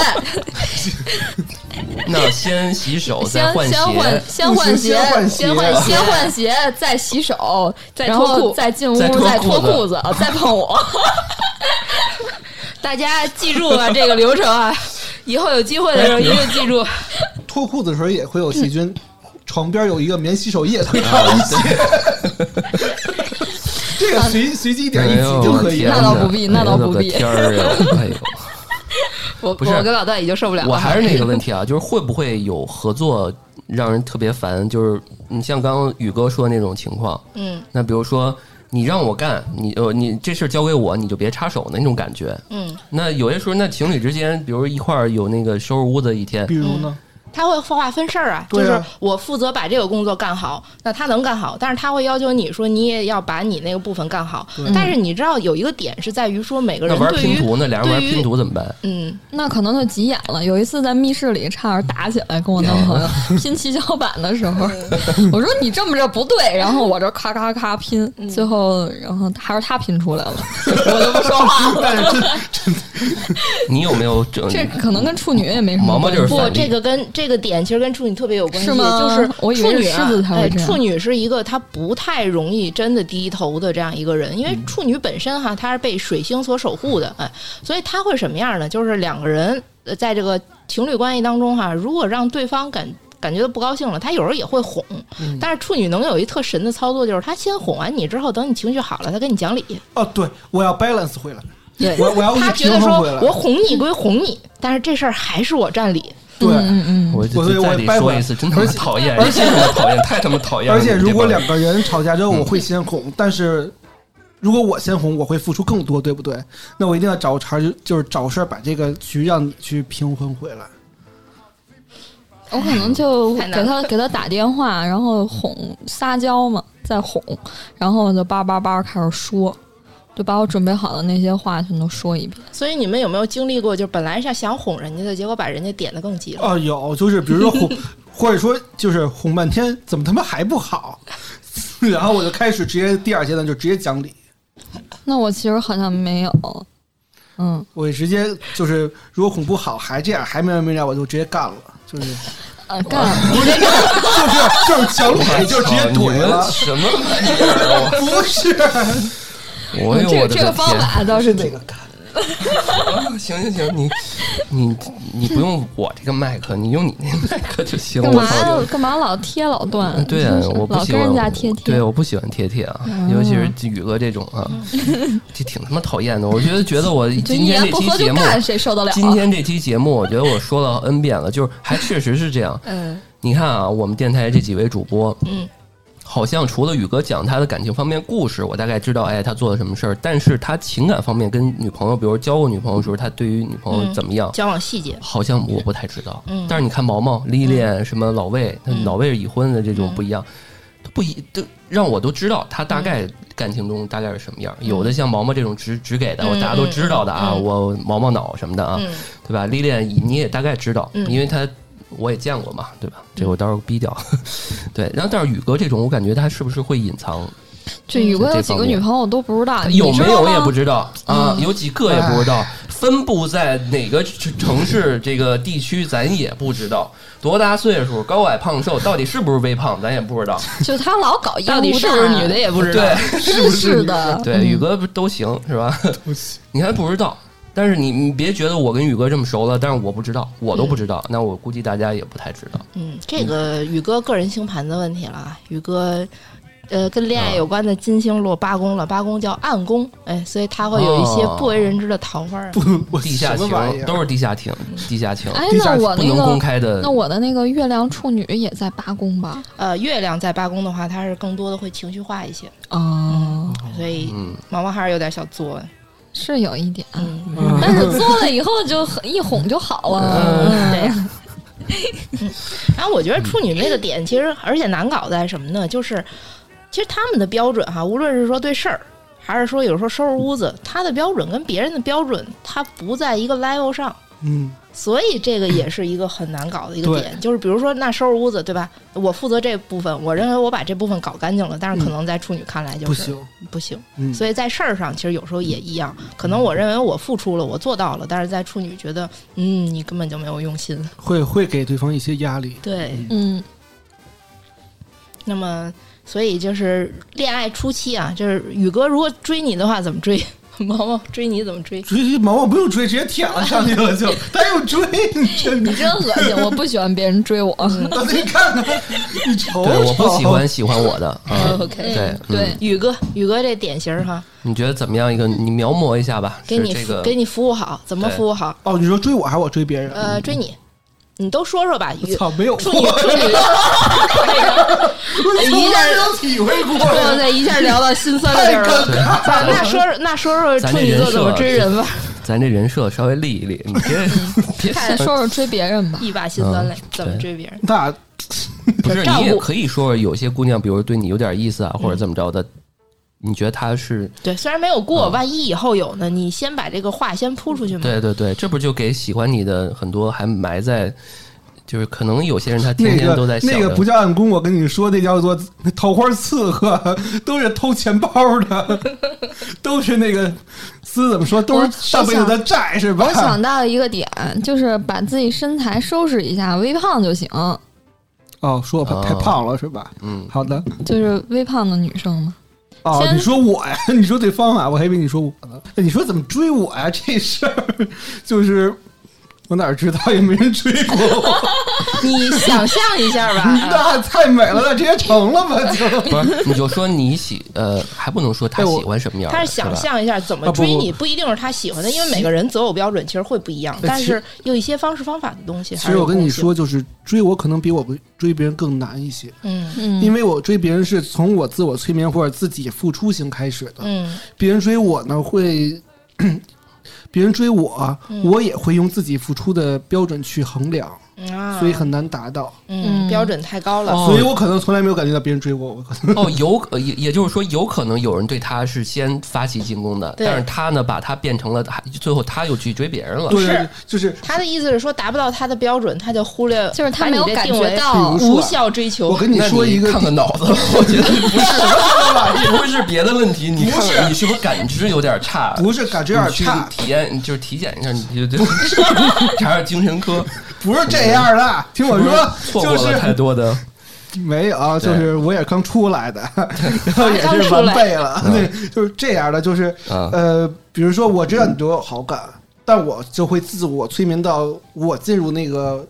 Speaker 4: 那先洗手再
Speaker 5: 先
Speaker 4: 换鞋
Speaker 5: 先，换先
Speaker 1: 先换
Speaker 5: 换鞋，
Speaker 1: 鞋
Speaker 5: 先换
Speaker 2: 先
Speaker 5: 先
Speaker 2: 换
Speaker 5: 换鞋，再洗手，
Speaker 2: 再
Speaker 5: 然
Speaker 2: 脱裤
Speaker 5: 后再进屋，
Speaker 4: 再脱
Speaker 5: 再
Speaker 4: 裤
Speaker 5: 脱
Speaker 4: 子
Speaker 5: 裤子，再 碰我。
Speaker 2: 大家记住了这个流程啊，以后有机会的时候一定记住。
Speaker 1: 脱裤子的时候也会有细菌。
Speaker 2: 嗯
Speaker 1: 床边有一个免洗手液，会
Speaker 4: 啊
Speaker 1: 好一些。这个
Speaker 2: 嗯
Speaker 1: 随随机一点一
Speaker 4: 哎
Speaker 1: 挤
Speaker 4: 呦
Speaker 1: 就可以
Speaker 4: 天
Speaker 1: 了。
Speaker 5: 那倒不必
Speaker 4: 哪
Speaker 5: 那倒不必
Speaker 4: 哎呦我的天儿 啊！哎呦。
Speaker 2: 我
Speaker 4: 不是
Speaker 2: 我跟老段已经受不了了。
Speaker 4: 我还是 那个问题啊，就是会不会有合作让人特别烦？就是你像刚刚宇哥说那种情况，
Speaker 2: 嗯
Speaker 4: 那比如说你让我干，你呃你这事儿交给我，你就别插手的那种感觉。
Speaker 2: 嗯，
Speaker 4: 那有些时候，那情侣之间，比如一块儿有那个收拾屋子一天
Speaker 1: 比，如呢，
Speaker 2: 他会划分事儿啊，就
Speaker 1: 对啊
Speaker 2: 是我负责把这个工作干好，那他能干好，但是他会要求你说你也要把你那个部分干好。但是你知道有一个点是在于说每个
Speaker 4: 那
Speaker 2: 人
Speaker 4: 玩
Speaker 2: 对
Speaker 4: 拼
Speaker 2: 于
Speaker 4: 图呢？俩人玩
Speaker 2: 对于
Speaker 4: 拼图怎么办？
Speaker 2: 嗯，
Speaker 5: 那可能就急眼了。有一次在密室里差点打起来，跟我男 朋友拼七巧板的时候，
Speaker 4: 嗯
Speaker 5: 我说你这么着不对，然后我这咔咔咔拼，最后然后还是他拼出来了， 我就不说话了。
Speaker 1: 但是真
Speaker 4: 你有没有整？
Speaker 5: 这可能跟处女也没什么
Speaker 4: 嗯毛毛
Speaker 5: 关
Speaker 4: 就是
Speaker 5: 系。
Speaker 2: 不，
Speaker 4: 反例
Speaker 2: 哦这个跟这个点其实跟处女特别有关系，
Speaker 5: 是吗
Speaker 2: 就是
Speaker 5: 我以为
Speaker 2: 处女、
Speaker 5: 是
Speaker 2: 啊、
Speaker 5: 狮子才会
Speaker 2: 哎
Speaker 5: 这样
Speaker 2: 处女是一个她不太容易真的低头的这样一个人，因为
Speaker 5: 嗯
Speaker 2: 处女本身哈，她是被水星所守护的，哎，所以她会什么样呢？就是两个人呃在这个情侣关系当中哈，如果让对方感。感觉到不高兴了，她有时候也会哄，
Speaker 5: 嗯
Speaker 2: 但是处女能有一特神的操作，就是她先哄完你之后，等你情绪好了，她跟你讲理。
Speaker 1: 哦，对，我要 balance 回来。
Speaker 2: 对，
Speaker 1: 我我要
Speaker 2: 她
Speaker 1: 一
Speaker 2: 觉
Speaker 1: 平
Speaker 2: 得
Speaker 1: 衡
Speaker 2: 说
Speaker 1: 回来
Speaker 2: 我。哄你归哄你，但是这事儿还是我占理。
Speaker 1: 对，
Speaker 5: 嗯嗯
Speaker 4: 我
Speaker 1: 我
Speaker 4: 就
Speaker 1: 我
Speaker 4: 再得
Speaker 1: 掰回
Speaker 4: 说
Speaker 1: 来
Speaker 4: 一次，真他妈讨厌！
Speaker 1: 而且
Speaker 4: 真他妈讨厌，太他妈讨厌了！
Speaker 1: 而且
Speaker 4: 哎你这
Speaker 1: 如果
Speaker 4: 帮人嗯
Speaker 1: 两 个人吵架之后，我会先哄，但是如果我先哄，我会付出更多，对不对？那我一定要找茬，就就是找事儿把这个局让你去平衡回来。
Speaker 5: 嗯，我可能就
Speaker 2: 太难
Speaker 5: 给他给他打电话，然后哄撒娇嘛，再哄，然后就叭叭叭开始说，就把我准备好的那些话全都说一遍。
Speaker 2: 所以你们有没有经历过，就本来是想哄人家的，结果把人家点的更急了？
Speaker 1: 哦，有，就是比如说 哄，或者说就是哄半天，怎么他妈还不好？ 然后我就开始直接第二阶段就直接讲理，
Speaker 5: 那我其实好像没有，嗯，
Speaker 1: 我直接就是如果哄不好还这样还没完没了，我就直接干了，就是
Speaker 5: 呃，干，
Speaker 1: 就是就是讲理，就直接
Speaker 4: 操你
Speaker 1: 怼
Speaker 4: 们
Speaker 1: 了。
Speaker 4: 什么玩意 儿啊？
Speaker 1: 不是，
Speaker 4: 我我有
Speaker 5: 这
Speaker 4: 我
Speaker 5: 个
Speaker 4: 的
Speaker 5: 这
Speaker 4: 天啊
Speaker 5: 个方法倒是
Speaker 1: 那个干？
Speaker 4: 行行行，你你你不用我这个麦克，你用你那麦克就行。
Speaker 5: 干
Speaker 4: 我
Speaker 5: 嘛
Speaker 4: 操！
Speaker 5: 呀？干嘛老贴老段？
Speaker 4: 对
Speaker 5: 真
Speaker 4: 啊
Speaker 5: 是，
Speaker 4: 我不
Speaker 5: 嗯老
Speaker 4: 喜
Speaker 5: 跟
Speaker 4: 欢
Speaker 5: 人家贴哦贴。
Speaker 4: 对，我不喜欢贴贴啊，尤其是宇哥这种啊，
Speaker 5: 嗯
Speaker 4: 就挺他妈讨厌的。我觉得觉得我
Speaker 5: 这
Speaker 4: 今
Speaker 5: 一
Speaker 4: 天
Speaker 5: 言
Speaker 4: 这
Speaker 5: 不
Speaker 4: 期
Speaker 5: 合
Speaker 4: 节
Speaker 5: 就
Speaker 4: 目，
Speaker 5: 干，谁受得了啊？
Speaker 4: 今天这期节目，我觉得我说了 n 遍了，就是还确实是这样。
Speaker 5: 嗯，
Speaker 4: 你看啊，我们电台这几位主播，
Speaker 2: 嗯，
Speaker 4: 好像除了宇哥讲他的感情方面故事，我大概知道，哎，他做了什么事儿。但是他情感方面跟女朋友，比如交过女朋友的时候，他对于女朋
Speaker 5: 嗯
Speaker 4: 友怎么样，
Speaker 2: 交往细节，
Speaker 4: 好像我不太知道。
Speaker 2: 嗯
Speaker 4: 但是你看毛毛、丽丽什么老魏，他
Speaker 2: 嗯
Speaker 4: 老魏是已婚的这种不一样，他不一都让我都知道他大概感情中大概是什么样。有的像毛毛这种直直给的，我
Speaker 2: 嗯
Speaker 4: 大家都知道的啊，
Speaker 2: 嗯嗯
Speaker 4: 我毛毛脑什么的啊，
Speaker 2: 嗯
Speaker 4: 对吧？丽丽你也大概知道，
Speaker 2: 嗯
Speaker 4: 因为他。我也见过嘛，对吧？这个我到时候逼掉。 对，然后但是宇哥这种，我感觉他是不是会隐藏？
Speaker 5: 这宇哥有几
Speaker 4: 这
Speaker 5: 个
Speaker 4: 方
Speaker 5: 女
Speaker 4: 面
Speaker 5: 朋友我都不知道，你
Speaker 4: 有
Speaker 5: 知
Speaker 4: 没
Speaker 5: 道
Speaker 4: 有
Speaker 5: 吗嗯哎
Speaker 4: 也不知道啊，有几个也不知道，分布在哪个城城市、这个地区咱也不知道，多大岁数、高矮胖瘦，到底是不是微胖咱也不知道。
Speaker 5: 就他老 搞烟雾弹，
Speaker 2: 到底是不是女的也不知道。嗯
Speaker 4: 对
Speaker 5: 真是的，
Speaker 4: 对，宇哥不都行是吧？ 你还不知道，但是你你别觉得我跟宇哥这么熟了，但是我不知道，我
Speaker 5: 嗯
Speaker 4: 都不知道，那我估计大家也不太知道。
Speaker 2: 嗯，这个宇哥个人星盘的问题了啊，宇哥。呃，跟恋爱有关的金星落八宫了，八宫叫暗宫，哎，所以他会有一些
Speaker 4: 哦
Speaker 2: 不为人知的桃花啊。
Speaker 1: 我
Speaker 4: 地下
Speaker 1: 什
Speaker 4: 情
Speaker 1: 么玩意
Speaker 4: 都
Speaker 1: 儿？
Speaker 4: 是地下情，
Speaker 2: 嗯
Speaker 4: 地下情
Speaker 5: 哎，
Speaker 1: 地下
Speaker 5: 那
Speaker 1: 室
Speaker 5: 我
Speaker 4: 不
Speaker 5: 那
Speaker 4: 能公
Speaker 5: 个，
Speaker 4: 开的
Speaker 5: 那。我的那个月亮处女也在八宫吧？
Speaker 2: 呃，月亮在八宫的话，它是更多的会情绪化一些，
Speaker 5: 哦，
Speaker 2: 所以
Speaker 4: 嗯，
Speaker 2: 毛毛还是有点小作。
Speaker 5: 是有一点，啊
Speaker 2: 嗯，
Speaker 5: 但是做了以后就很一哄就好了。
Speaker 2: 嗯，对。嗯，然后我觉得处女那个点其实，而且难搞在什么呢？就是其实他们的标准哈，无论是说对事儿，还是说有时候收拾屋子，他的标准跟别人的标准，他不在一个 level 上。
Speaker 1: 嗯，
Speaker 2: 所以这个也是一个很难搞的一个
Speaker 1: 对
Speaker 2: 点，就是比如说，那收拾屋子，对吧？我负责这部分，我认为我把这部分搞干净了，但是可能在处女看来就是
Speaker 1: 不行，
Speaker 2: 不行
Speaker 1: 嗯
Speaker 2: 所以在事儿上，其实有时候也一样，可能我认为我付出了，我做到了，但是在处女觉得，嗯，你根本就没有用心。
Speaker 1: 会会给对方一些压力。
Speaker 2: 对，
Speaker 5: 嗯，
Speaker 2: 那么所以就是恋爱初期啊，就是宇哥如果追你的话，怎么追？ 毛毛追你怎么追？
Speaker 1: 追毛毛不用追，直接舔了上去了 就，他又追你这
Speaker 5: 你真恶心，我不喜欢别人追我。
Speaker 1: 我自己看看，你瞅
Speaker 4: 对，我不喜
Speaker 1: 瞅
Speaker 4: 欢喜欢我 的。啊
Speaker 2: OK
Speaker 4: 对嗯
Speaker 5: 对，
Speaker 2: 宇哥，宇哥这典型儿哈，
Speaker 4: 你觉得怎么样？一个你描摹一下吧，
Speaker 2: 给你、
Speaker 4: 是这个
Speaker 2: 给你服务好，怎么
Speaker 4: 对
Speaker 2: 服务好？
Speaker 1: 哦，你说追我还是我追别人？
Speaker 2: 呃，追你，你都说说吧。
Speaker 4: 呃
Speaker 2: 宇
Speaker 1: 我操，没有
Speaker 2: 处
Speaker 1: 过，
Speaker 2: 女，处女，
Speaker 1: 我从来没有体会过，
Speaker 2: 哇塞，一下聊到心酸的地
Speaker 1: 太
Speaker 2: 儿
Speaker 1: 尴尬。
Speaker 2: 了。咱那说说那说说
Speaker 4: 咱
Speaker 2: 处
Speaker 4: 这
Speaker 2: 女
Speaker 4: 人
Speaker 2: 座怎么
Speaker 4: 设
Speaker 2: 追 人吧，
Speaker 4: 咱这人设稍微立一立，你 别别
Speaker 5: 看说说追别人吧。
Speaker 2: 一把辛酸泪，
Speaker 4: 嗯
Speaker 2: 怎么
Speaker 4: 对
Speaker 2: 追别人？
Speaker 1: 那
Speaker 4: 不是
Speaker 2: 照
Speaker 4: 你也
Speaker 2: 顾
Speaker 4: 可以说有些姑娘，比如对你有点意思啊，或者怎么着
Speaker 2: 嗯
Speaker 4: 的，你觉得她是
Speaker 2: 对，虽然没有过，
Speaker 4: 嗯
Speaker 2: 万一以后有呢，你先把这个话先铺出去嘛。
Speaker 4: 对对对，这不就给喜欢你的很多还埋在，就是可能有些人他天
Speaker 1: 那
Speaker 4: 天都
Speaker 1: 个
Speaker 4: 在想
Speaker 1: 那个
Speaker 4: 着
Speaker 1: 不叫暗宫，我跟你说，那叫做桃花刺客， 都是偷钱包的， 都是那个司怎么说，都
Speaker 5: 我
Speaker 1: 是上辈子的债是吧
Speaker 5: 我？想到一个点，就是把自己身材收拾一下，微胖就行。
Speaker 1: 哦，说
Speaker 4: 哦
Speaker 1: 我太胖了是吧？
Speaker 4: 嗯，
Speaker 1: 好的，
Speaker 5: 就是微胖的女生嘛，
Speaker 1: 哦，
Speaker 5: 先
Speaker 1: 你说我呀， 你说对方啊，我还以为你说我呢。哎你说怎么追我呀？ 这事儿就是我哪知道，也没人追过我，
Speaker 2: 你想象一下吧，
Speaker 1: 那太美了，那直接成了吧就。
Speaker 4: 不是你就说你喜呃还不能说她
Speaker 1: 哎我
Speaker 4: 喜欢什么样的，
Speaker 2: 他是想
Speaker 4: 吧
Speaker 2: 象一下怎么
Speaker 1: 啊不
Speaker 2: 追你，
Speaker 1: 不
Speaker 2: 不一定是他喜欢的，因为每个人择偶标准其实会不一样，
Speaker 1: 哎
Speaker 2: 但
Speaker 1: 其
Speaker 2: 是有一些方式方法的东西。
Speaker 1: 其实我跟你，说，就是追我可能比我追别人更难一些，
Speaker 2: 嗯
Speaker 5: 嗯，
Speaker 1: 因为我追别人是从我自我催眠或者自己付出型开始的，
Speaker 2: 嗯
Speaker 1: 别人追我呢会。 别人追我，啊
Speaker 4: 嗯
Speaker 1: 我也会用自己付出的标准去衡量，
Speaker 2: 嗯啊，
Speaker 1: 所以很难达到。
Speaker 2: 嗯
Speaker 5: 嗯
Speaker 2: 标准太高了，
Speaker 4: 哦
Speaker 1: 所以我可能从来没有感觉到别人追过我，可能
Speaker 4: 哦，有可也也就是说，有可能有人对她是先发起进攻的，
Speaker 2: 对
Speaker 4: 但是她呢，把她变成了她，最后她又去追别人了。
Speaker 1: 对
Speaker 2: 是
Speaker 1: 就是
Speaker 2: 他的意思是说，达不到他的标准，他就忽略，
Speaker 5: 就是他
Speaker 2: 把你
Speaker 5: 没有
Speaker 2: 这
Speaker 5: 感
Speaker 2: 定
Speaker 5: 觉
Speaker 2: 为
Speaker 5: 到
Speaker 1: 比如
Speaker 2: 无效追求。
Speaker 1: 我跟你
Speaker 4: 那
Speaker 1: 说一个
Speaker 4: 看看脑 子，我觉得不是， 不是别的问题，你看看你是不是感知有点差？
Speaker 1: 不是感知有点差
Speaker 4: 你去体验你就是体检一下，你 就就查查精神科。
Speaker 1: 不是这样的， 听我
Speaker 4: 是不
Speaker 1: 说，
Speaker 4: 是错
Speaker 1: 就
Speaker 4: 过了太
Speaker 1: 是
Speaker 4: 多的，
Speaker 1: 没有，
Speaker 4: 对
Speaker 1: 就是我也 刚出来的，然后也
Speaker 2: 刚
Speaker 1: 是
Speaker 2: 出
Speaker 1: 完
Speaker 2: 来啊
Speaker 1: 备了，
Speaker 4: 嗯
Speaker 1: 对，就是这样的，就是
Speaker 4: 嗯
Speaker 1: 呃，比比如说我知道你对我有好感，但我就会自我催眠到我进入那个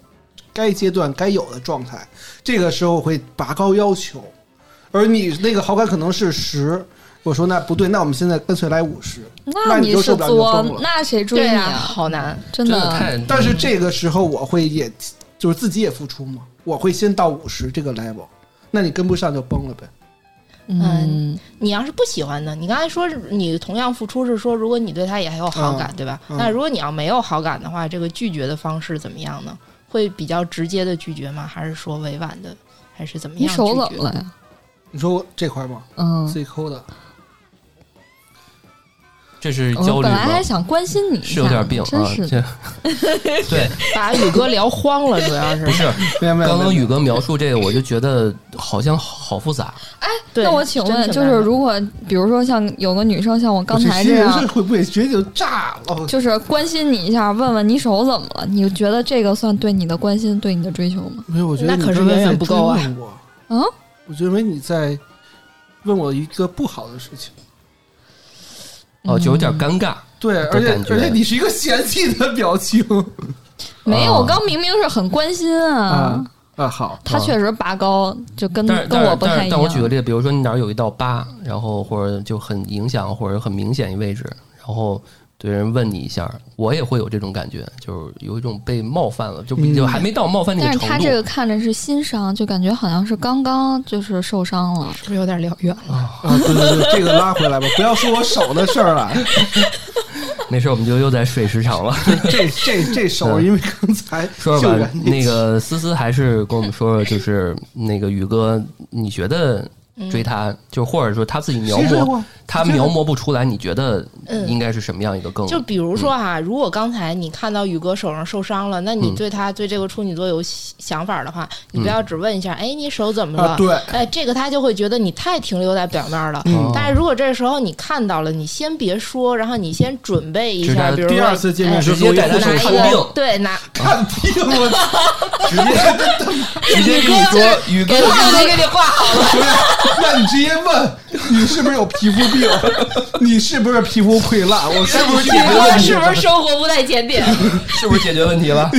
Speaker 1: 该阶段该有的状态，这个时候我会拔高要求，而你那个好感可能是十。我说那不对，那我们现在干脆来五十，那
Speaker 5: 你
Speaker 1: 就是受不了你就
Speaker 5: 作
Speaker 1: 疯，了。
Speaker 5: 那谁追
Speaker 2: 对啊
Speaker 5: 你啊
Speaker 2: 呀、好难。
Speaker 5: 真
Speaker 4: 真的
Speaker 5: 的，
Speaker 4: 太……
Speaker 1: 但是这个时候我会也，就是自己也付出嘛，我会先到五十这个 level，那你跟不上就崩了呗。
Speaker 5: 嗯，
Speaker 2: 你要是不喜欢呢？你刚才说你同样付出是说，如果你对他也还有好感，
Speaker 1: 嗯
Speaker 2: 对吧？
Speaker 1: 嗯
Speaker 2: 那如果你要没有好感的话，这个拒绝的方式怎么样呢？会比较直接的拒绝吗？还是说委婉的？还是怎么
Speaker 5: 你
Speaker 2: 样？
Speaker 5: 手怎么了？呀？
Speaker 1: 你说我这块吗？
Speaker 5: 嗯
Speaker 1: 自，己抠的，
Speaker 4: 这是焦虑
Speaker 5: 我哦本来
Speaker 4: 吗
Speaker 5: 还？想关心你一下，
Speaker 4: 是有点病
Speaker 5: 真
Speaker 4: 啊
Speaker 5: 是，的。
Speaker 4: 这 对，
Speaker 2: 把宇哥聊慌了，主要是
Speaker 4: 不。是
Speaker 1: 没 有没有。
Speaker 4: 刚刚
Speaker 1: 没有
Speaker 4: 宇哥描述这个，我就觉得好像好复杂。
Speaker 2: 对
Speaker 5: 哎那我请
Speaker 2: 真
Speaker 5: 问，
Speaker 2: 挺
Speaker 5: 就
Speaker 2: 难
Speaker 5: 是
Speaker 2: 的
Speaker 5: 如果比如说像有个女生像我刚才
Speaker 1: 我这
Speaker 5: 这
Speaker 1: 新人是
Speaker 5: 样，
Speaker 1: 会不会直接就炸了？
Speaker 5: 就是关心你一下，问问你手怎么了，你觉得这个算对你的关心、对你的追求吗？
Speaker 1: 没有，我觉得
Speaker 2: 那
Speaker 1: 你
Speaker 2: 可是
Speaker 1: 刚才
Speaker 2: 远远
Speaker 1: 在
Speaker 2: 不够啊
Speaker 1: 追问我。
Speaker 5: 嗯，
Speaker 1: 我觉得你在问我一个不好的事情，
Speaker 4: 哦，就有点
Speaker 5: 嗯
Speaker 4: 尴尬。
Speaker 1: 对，而且
Speaker 4: 感觉
Speaker 1: 而且你是一个嫌弃的表 情
Speaker 5: 没有，
Speaker 4: 啊
Speaker 5: 我刚明明是很关心啊
Speaker 1: 啊。啊！好，
Speaker 5: 他确实拔高，就跟
Speaker 4: 但是
Speaker 5: 嗯跟
Speaker 4: 但
Speaker 5: 我
Speaker 4: 是
Speaker 5: 不
Speaker 4: 但
Speaker 5: 太一
Speaker 4: 是，
Speaker 5: 样。
Speaker 4: 但我举个例子，比如说你哪儿有一道疤，然后或者就很影响或者很明显一位置，然后对人问你一下，我也会有这种感觉，就是有一种被冒犯了，就
Speaker 1: 嗯
Speaker 4: 就还没到冒犯那
Speaker 5: 但
Speaker 4: 个
Speaker 5: 是
Speaker 4: 程
Speaker 5: 他
Speaker 4: 度
Speaker 5: 这。个看着是新伤，就感觉好像是刚刚就是受伤了。
Speaker 2: 是不是有点聊远了？
Speaker 1: 啊，对对对，这个拉回来吧，不要说我手的事儿了。
Speaker 4: 没事，我们就又在水时长了。
Speaker 1: 这这这手，因为刚才
Speaker 4: 嗯说
Speaker 1: 救
Speaker 4: 说吧
Speaker 1: 援，
Speaker 4: 那个思思还是跟我们说说，就是那个宇哥，你觉得
Speaker 5: 嗯
Speaker 4: 追他，就或者说他自己描
Speaker 1: 谁追
Speaker 4: 摹
Speaker 1: 我，
Speaker 4: 他
Speaker 1: 谁追
Speaker 4: 描
Speaker 1: 我
Speaker 4: 摹不出来，你觉得
Speaker 2: 嗯
Speaker 4: 应该是什么样一个更？
Speaker 2: 就比如说
Speaker 1: 嗯
Speaker 2: 哈、如果刚才你看到宇哥手上受伤了，那你
Speaker 4: 嗯
Speaker 2: 对他对这个处女座有想法的话，你不要只问一下，哎，你手怎么
Speaker 1: 嗯
Speaker 2: 了？
Speaker 1: 啊，对，
Speaker 2: 哎，这个他就会觉得你太停留在表面了。
Speaker 4: 嗯
Speaker 2: 但是如果这时候你看到了，你先别说，然后你先准备一
Speaker 4: 直
Speaker 2: 下，
Speaker 4: 达
Speaker 2: 比如说
Speaker 1: 第二次见面
Speaker 2: 哎
Speaker 1: 时候
Speaker 4: 直接带他
Speaker 2: 拿
Speaker 4: 去
Speaker 2: 一
Speaker 4: 看
Speaker 2: 个
Speaker 4: 病，
Speaker 2: 对，拿
Speaker 1: 看病我
Speaker 4: 直接直接跟你说，宇哥，
Speaker 2: 都 给你画好了。
Speaker 1: 那你直接问你是不是有皮肤病？你是不是皮肤溃烂？ 我是不是
Speaker 4: 解决问题
Speaker 2: 是
Speaker 4: 了？
Speaker 2: 不是生活不太检点？
Speaker 4: 是不是解决问题了？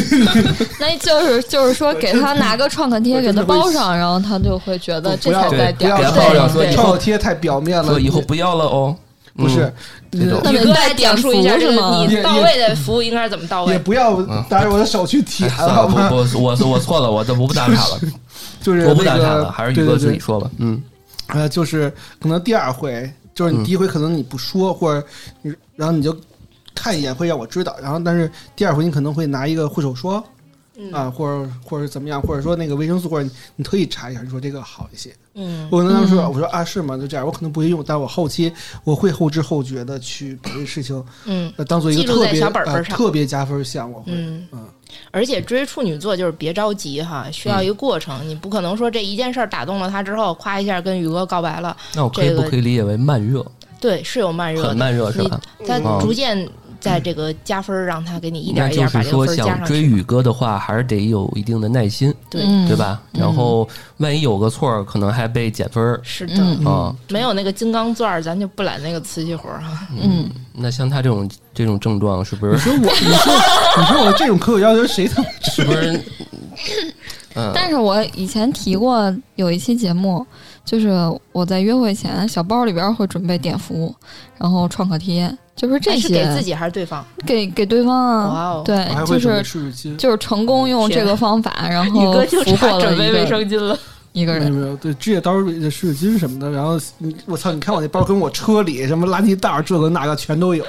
Speaker 5: 那就是就是说，给他拿个创可贴
Speaker 1: 我
Speaker 5: 给
Speaker 1: 真
Speaker 5: 他
Speaker 1: 的会
Speaker 5: 包上，然后他就会觉得这
Speaker 1: 不要
Speaker 5: 才在
Speaker 1: 不
Speaker 5: 点
Speaker 1: 要
Speaker 5: 儿。
Speaker 4: 给他
Speaker 1: 报
Speaker 4: 报
Speaker 1: 上
Speaker 4: 上说以
Speaker 1: 创
Speaker 4: 后
Speaker 1: 可贴太表面了，
Speaker 4: 说以后不要了哦。
Speaker 1: 不是，
Speaker 4: 这种哎
Speaker 5: 那
Speaker 2: 宇
Speaker 5: 得
Speaker 2: 哥来
Speaker 5: 带
Speaker 2: 讲
Speaker 5: 点
Speaker 2: 述一下
Speaker 5: 服
Speaker 2: 这
Speaker 5: 是
Speaker 2: 个
Speaker 5: 吗
Speaker 2: 你
Speaker 1: 也
Speaker 2: 到
Speaker 1: 也
Speaker 2: 位的服务应该是怎么到
Speaker 1: 也
Speaker 2: 位？
Speaker 1: 不要拿着我的手去
Speaker 4: 哎
Speaker 1: 舔，
Speaker 2: 啊
Speaker 1: 啊
Speaker 4: 算
Speaker 1: 好
Speaker 4: 了，
Speaker 1: 吗？
Speaker 4: 我我我我错了，我都不打卡 了，
Speaker 1: 就是
Speaker 4: 我不
Speaker 1: 那
Speaker 4: 打
Speaker 1: 个
Speaker 4: 卡了，还是宇哥自己。说吧。
Speaker 1: 对
Speaker 4: 嗯，
Speaker 1: 对对呃，就是可能第二回，就是你第一回可能你不说，或者你然后你就看一眼会让我知道，然后但是第二回你可能会拿一个护手霜
Speaker 2: 嗯
Speaker 1: 啊，或者或者怎么样，或者说那个维生素，或者你你特意查一下，你说这个好一些。
Speaker 2: 嗯，
Speaker 1: 我跟他们说，
Speaker 5: 嗯
Speaker 1: 我说啊是吗？就这样，我可能不会用，但我后期我会后知后觉的去把这个事情
Speaker 2: 嗯
Speaker 1: 呃当做一个
Speaker 2: 记录
Speaker 1: 特
Speaker 2: 在
Speaker 1: 别
Speaker 2: 小本本
Speaker 1: 呃
Speaker 2: 上
Speaker 1: 特别加分项，我会。
Speaker 2: 嗯
Speaker 1: 嗯，
Speaker 2: 而且追处女座就是别着急哈，需要一个过程。你不可能说这一件事儿打动了他之后，夸一下跟宇哥告白了，
Speaker 4: 那我可以
Speaker 2: 这
Speaker 4: 不
Speaker 2: 个
Speaker 4: 可以理解为慢热，
Speaker 2: 对，是有慢热
Speaker 4: 很
Speaker 2: 的，
Speaker 4: 慢热是吧？
Speaker 2: 他
Speaker 4: 嗯
Speaker 2: 逐渐在这个加分儿，让他给你一
Speaker 4: 那
Speaker 2: 点一
Speaker 4: 就
Speaker 2: 点把
Speaker 4: 是
Speaker 2: 这个
Speaker 4: 说，
Speaker 2: 分儿加
Speaker 4: 想
Speaker 2: 上
Speaker 4: 追
Speaker 2: 去。
Speaker 4: 宇哥的话，还是得有一定的耐心，
Speaker 2: 对
Speaker 5: 嗯
Speaker 4: 对吧？然后万一有个错儿，可能还被减分儿
Speaker 2: 是的，
Speaker 5: 嗯
Speaker 4: 啊。
Speaker 2: 没有那个金刚钻儿，咱就不揽那个瓷器活儿哈。
Speaker 5: 嗯，
Speaker 4: 那像他这种这种症状，是不
Speaker 1: 你
Speaker 4: 是
Speaker 1: 说我，你说，你说我这种可有要求，谁 他妈
Speaker 4: 是不是？嗯，
Speaker 5: 但是我以前提过有一期节目，就是我在约会前小包里边会准备碘伏，然后创可贴，就是这
Speaker 2: 哎
Speaker 5: 些
Speaker 2: 是给自己还是对方？
Speaker 5: 给给对方
Speaker 2: 哇
Speaker 5: 啊
Speaker 2: 哦，
Speaker 5: 对
Speaker 1: 我还，会
Speaker 5: 就
Speaker 1: 准备
Speaker 5: 是
Speaker 1: 试试巾？
Speaker 5: 就是成功用这个方法，然
Speaker 2: 宇
Speaker 5: 后
Speaker 2: 哥就
Speaker 5: 俘获
Speaker 2: 差
Speaker 5: 了
Speaker 2: 准备
Speaker 5: 一
Speaker 2: 卫
Speaker 5: 个
Speaker 2: 生巾了。
Speaker 5: 一个
Speaker 1: 没有
Speaker 5: 人。
Speaker 1: 没有，对，指甲刀、湿纸巾什么的。然后你，我操，你看我那包跟我车里什么垃圾袋儿这个那个全都有。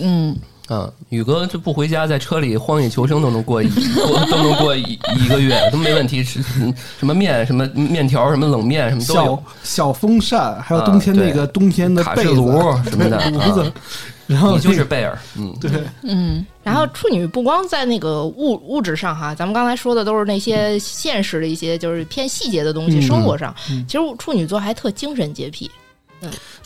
Speaker 5: 嗯，
Speaker 4: 嗯，宇哥这不回家，在车里荒野求生都能过一 过都能过一一个月，都没问题。吃 什么面、什么面条、什么冷面，什么都有
Speaker 1: 小。小风扇，还有
Speaker 4: 啊
Speaker 1: 冬天那
Speaker 4: 对
Speaker 1: 个冬天的
Speaker 4: 卡
Speaker 1: 被
Speaker 4: 式
Speaker 1: 子、
Speaker 4: 炉什么
Speaker 1: 对
Speaker 4: 的啊
Speaker 1: 炉子，然后
Speaker 4: 你就
Speaker 1: 那
Speaker 4: 是
Speaker 1: 个
Speaker 4: 贝尔，嗯，
Speaker 1: 对，
Speaker 5: 嗯，
Speaker 2: 然后处女不光在那个物物质上哈，咱们刚才说的都是那些现实的一些，就是偏细节的东西，
Speaker 1: 嗯
Speaker 2: 生活上。
Speaker 1: 嗯
Speaker 2: 其实处女座还特精神洁癖，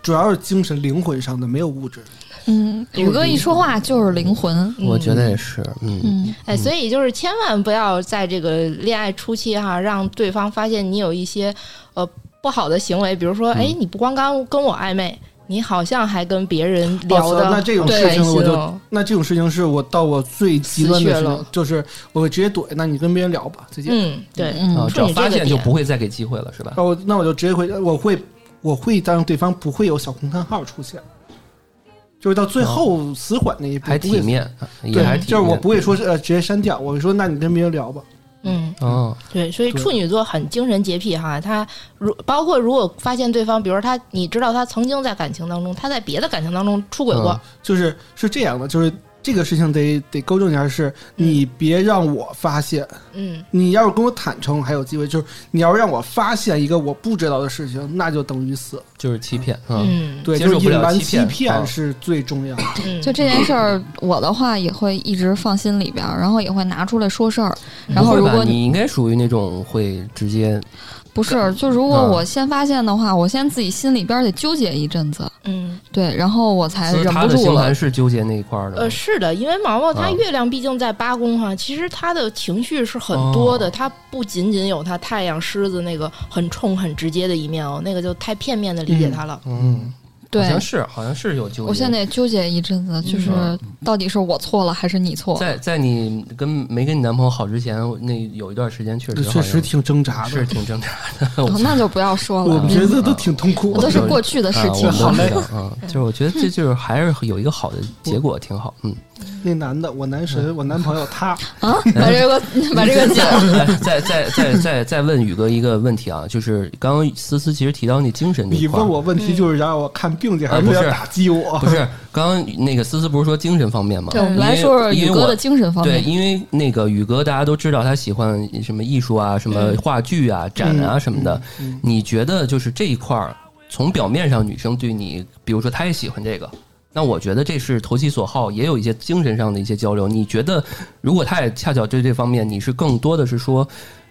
Speaker 1: 主要是精神灵魂上的，没有物质。
Speaker 5: 嗯，宇哥一说话就是灵魂。
Speaker 1: 嗯
Speaker 4: 我觉得也是，嗯，
Speaker 5: 嗯，
Speaker 2: 哎，所以就是千万不要在这个恋爱初期哈，让对
Speaker 1: 嗯
Speaker 2: 方发现你有一些呃不好的行为，比如说，哎，你不光刚跟我暧昧，你好像还跟别人聊
Speaker 1: 哦
Speaker 2: 的，
Speaker 1: 那这种
Speaker 2: 对
Speaker 1: 事情我
Speaker 2: 开
Speaker 1: 就
Speaker 2: 心哦，
Speaker 1: 那这种事情是我到我最极端的
Speaker 2: 死
Speaker 1: 时
Speaker 2: 穴
Speaker 1: 候
Speaker 2: 了，
Speaker 1: 就是我会直接怼。那你跟别人聊吧，再见。
Speaker 2: 嗯，对，
Speaker 1: 哦
Speaker 4: 啊，只
Speaker 2: 顺着
Speaker 4: 要发
Speaker 2: 这个
Speaker 4: 现就
Speaker 2: 点
Speaker 4: 不会再给机会了，是吧？
Speaker 1: 那我那我就直接回，我会我会让对方不会有小红叹号出现，就是到最后死缓那一步，
Speaker 4: 哦还
Speaker 1: 不会
Speaker 4: 体。面，也
Speaker 1: 对
Speaker 4: 还，体
Speaker 1: 就是我不会说是呃直接删掉，我会说那你跟别人聊吧。
Speaker 2: 嗯。
Speaker 4: 嗯，
Speaker 2: 对，所以
Speaker 1: 对
Speaker 2: 处女座很精神洁癖哈，他如包括如果发现对方，比如说他，你知道他曾经在感情当中，他在别的感情当中出轨
Speaker 4: 嗯
Speaker 2: 过，
Speaker 1: 就是是这样的，就是这个事情得得纠正一下，是你别让我发现。
Speaker 2: 嗯
Speaker 1: 你要是跟我坦诚还有机会，就是你要让我发现一个我不知道的事情，那就等于死。
Speaker 4: 就是欺骗，嗯，
Speaker 2: 嗯
Speaker 1: 对，
Speaker 4: 接
Speaker 1: 就是
Speaker 4: 受不
Speaker 1: 隐
Speaker 4: 了
Speaker 1: 瞒
Speaker 4: 欺
Speaker 1: 欺
Speaker 4: 骗啊
Speaker 1: 骗是最重要的。
Speaker 2: 嗯，
Speaker 5: 就这件事儿，我的话也会一直放心里边儿，然后也会拿出来说事儿。然后
Speaker 4: 嗯不
Speaker 5: 如
Speaker 4: 会吧
Speaker 5: 果
Speaker 4: 你应该属于那种会直接
Speaker 5: 不是，就如果
Speaker 4: 嗯
Speaker 5: 我先发现的话，我先自己心里边儿得纠结一阵子，
Speaker 2: 嗯
Speaker 5: 对，然后我才
Speaker 4: 就是
Speaker 5: 忍
Speaker 4: 他
Speaker 5: 不
Speaker 4: 的
Speaker 5: 住
Speaker 4: 星
Speaker 5: 了
Speaker 4: 盘。是纠结那一块儿的
Speaker 2: 呃，是的，因为毛毛
Speaker 4: 啊
Speaker 1: 嗯
Speaker 2: 他月亮毕竟在八宫哈，其实他的情绪是很多
Speaker 4: 哦
Speaker 2: 的，他不仅仅有他太阳狮子那个很冲很直接的一面哦，那个就太片面的理解他了。
Speaker 4: 嗯，好
Speaker 5: 对
Speaker 4: 像，是，好像是有纠嗯结。
Speaker 5: 我现在也纠结一阵子，就是到底是我错了还是你错？
Speaker 4: 在在你跟没跟你男朋友好之前，那有一段时间确实
Speaker 1: 呃确实挺挣扎
Speaker 4: 好像
Speaker 1: 的，
Speaker 4: 是挺挣扎的。
Speaker 5: 哦
Speaker 4: 我
Speaker 5: 那就不要说
Speaker 1: 我
Speaker 5: 了嗯
Speaker 1: 们，觉得都挺痛苦
Speaker 5: 我都
Speaker 1: 的。
Speaker 5: 是过去的事
Speaker 4: 啊，我
Speaker 5: 情
Speaker 4: 们
Speaker 5: 了。
Speaker 4: 都知道啊，就是我觉得这就是还是有一个好的结果，挺好。嗯，
Speaker 1: 那男的，我男神，我男 朋友他，
Speaker 5: 啊，把这个把这个讲。
Speaker 4: 哎再再再再再问宇哥一个问题啊，就是刚刚思思其实提到那精神这
Speaker 1: 你
Speaker 4: 一块儿，
Speaker 1: 问我问
Speaker 5: 嗯
Speaker 1: 题就是让我看病去，还
Speaker 4: 啊不
Speaker 1: 要
Speaker 4: 是
Speaker 1: 打击我
Speaker 4: 不？是刚刚那个思思不是说精神方面吗？
Speaker 5: 对，我们来说说宇哥的精神方
Speaker 4: 对，
Speaker 5: 面。
Speaker 4: 因为那个宇哥，大家都知道他喜欢什么艺术啊、什么
Speaker 5: 嗯
Speaker 4: 话剧啊、展啊什么的。你觉得就是这一块儿，从表面上女生对你，比如说她也喜欢这个，那我觉得这是投其所好，也有一些精神上的一些交流。你觉得，如果她也恰巧对这方面，你是更多的是说，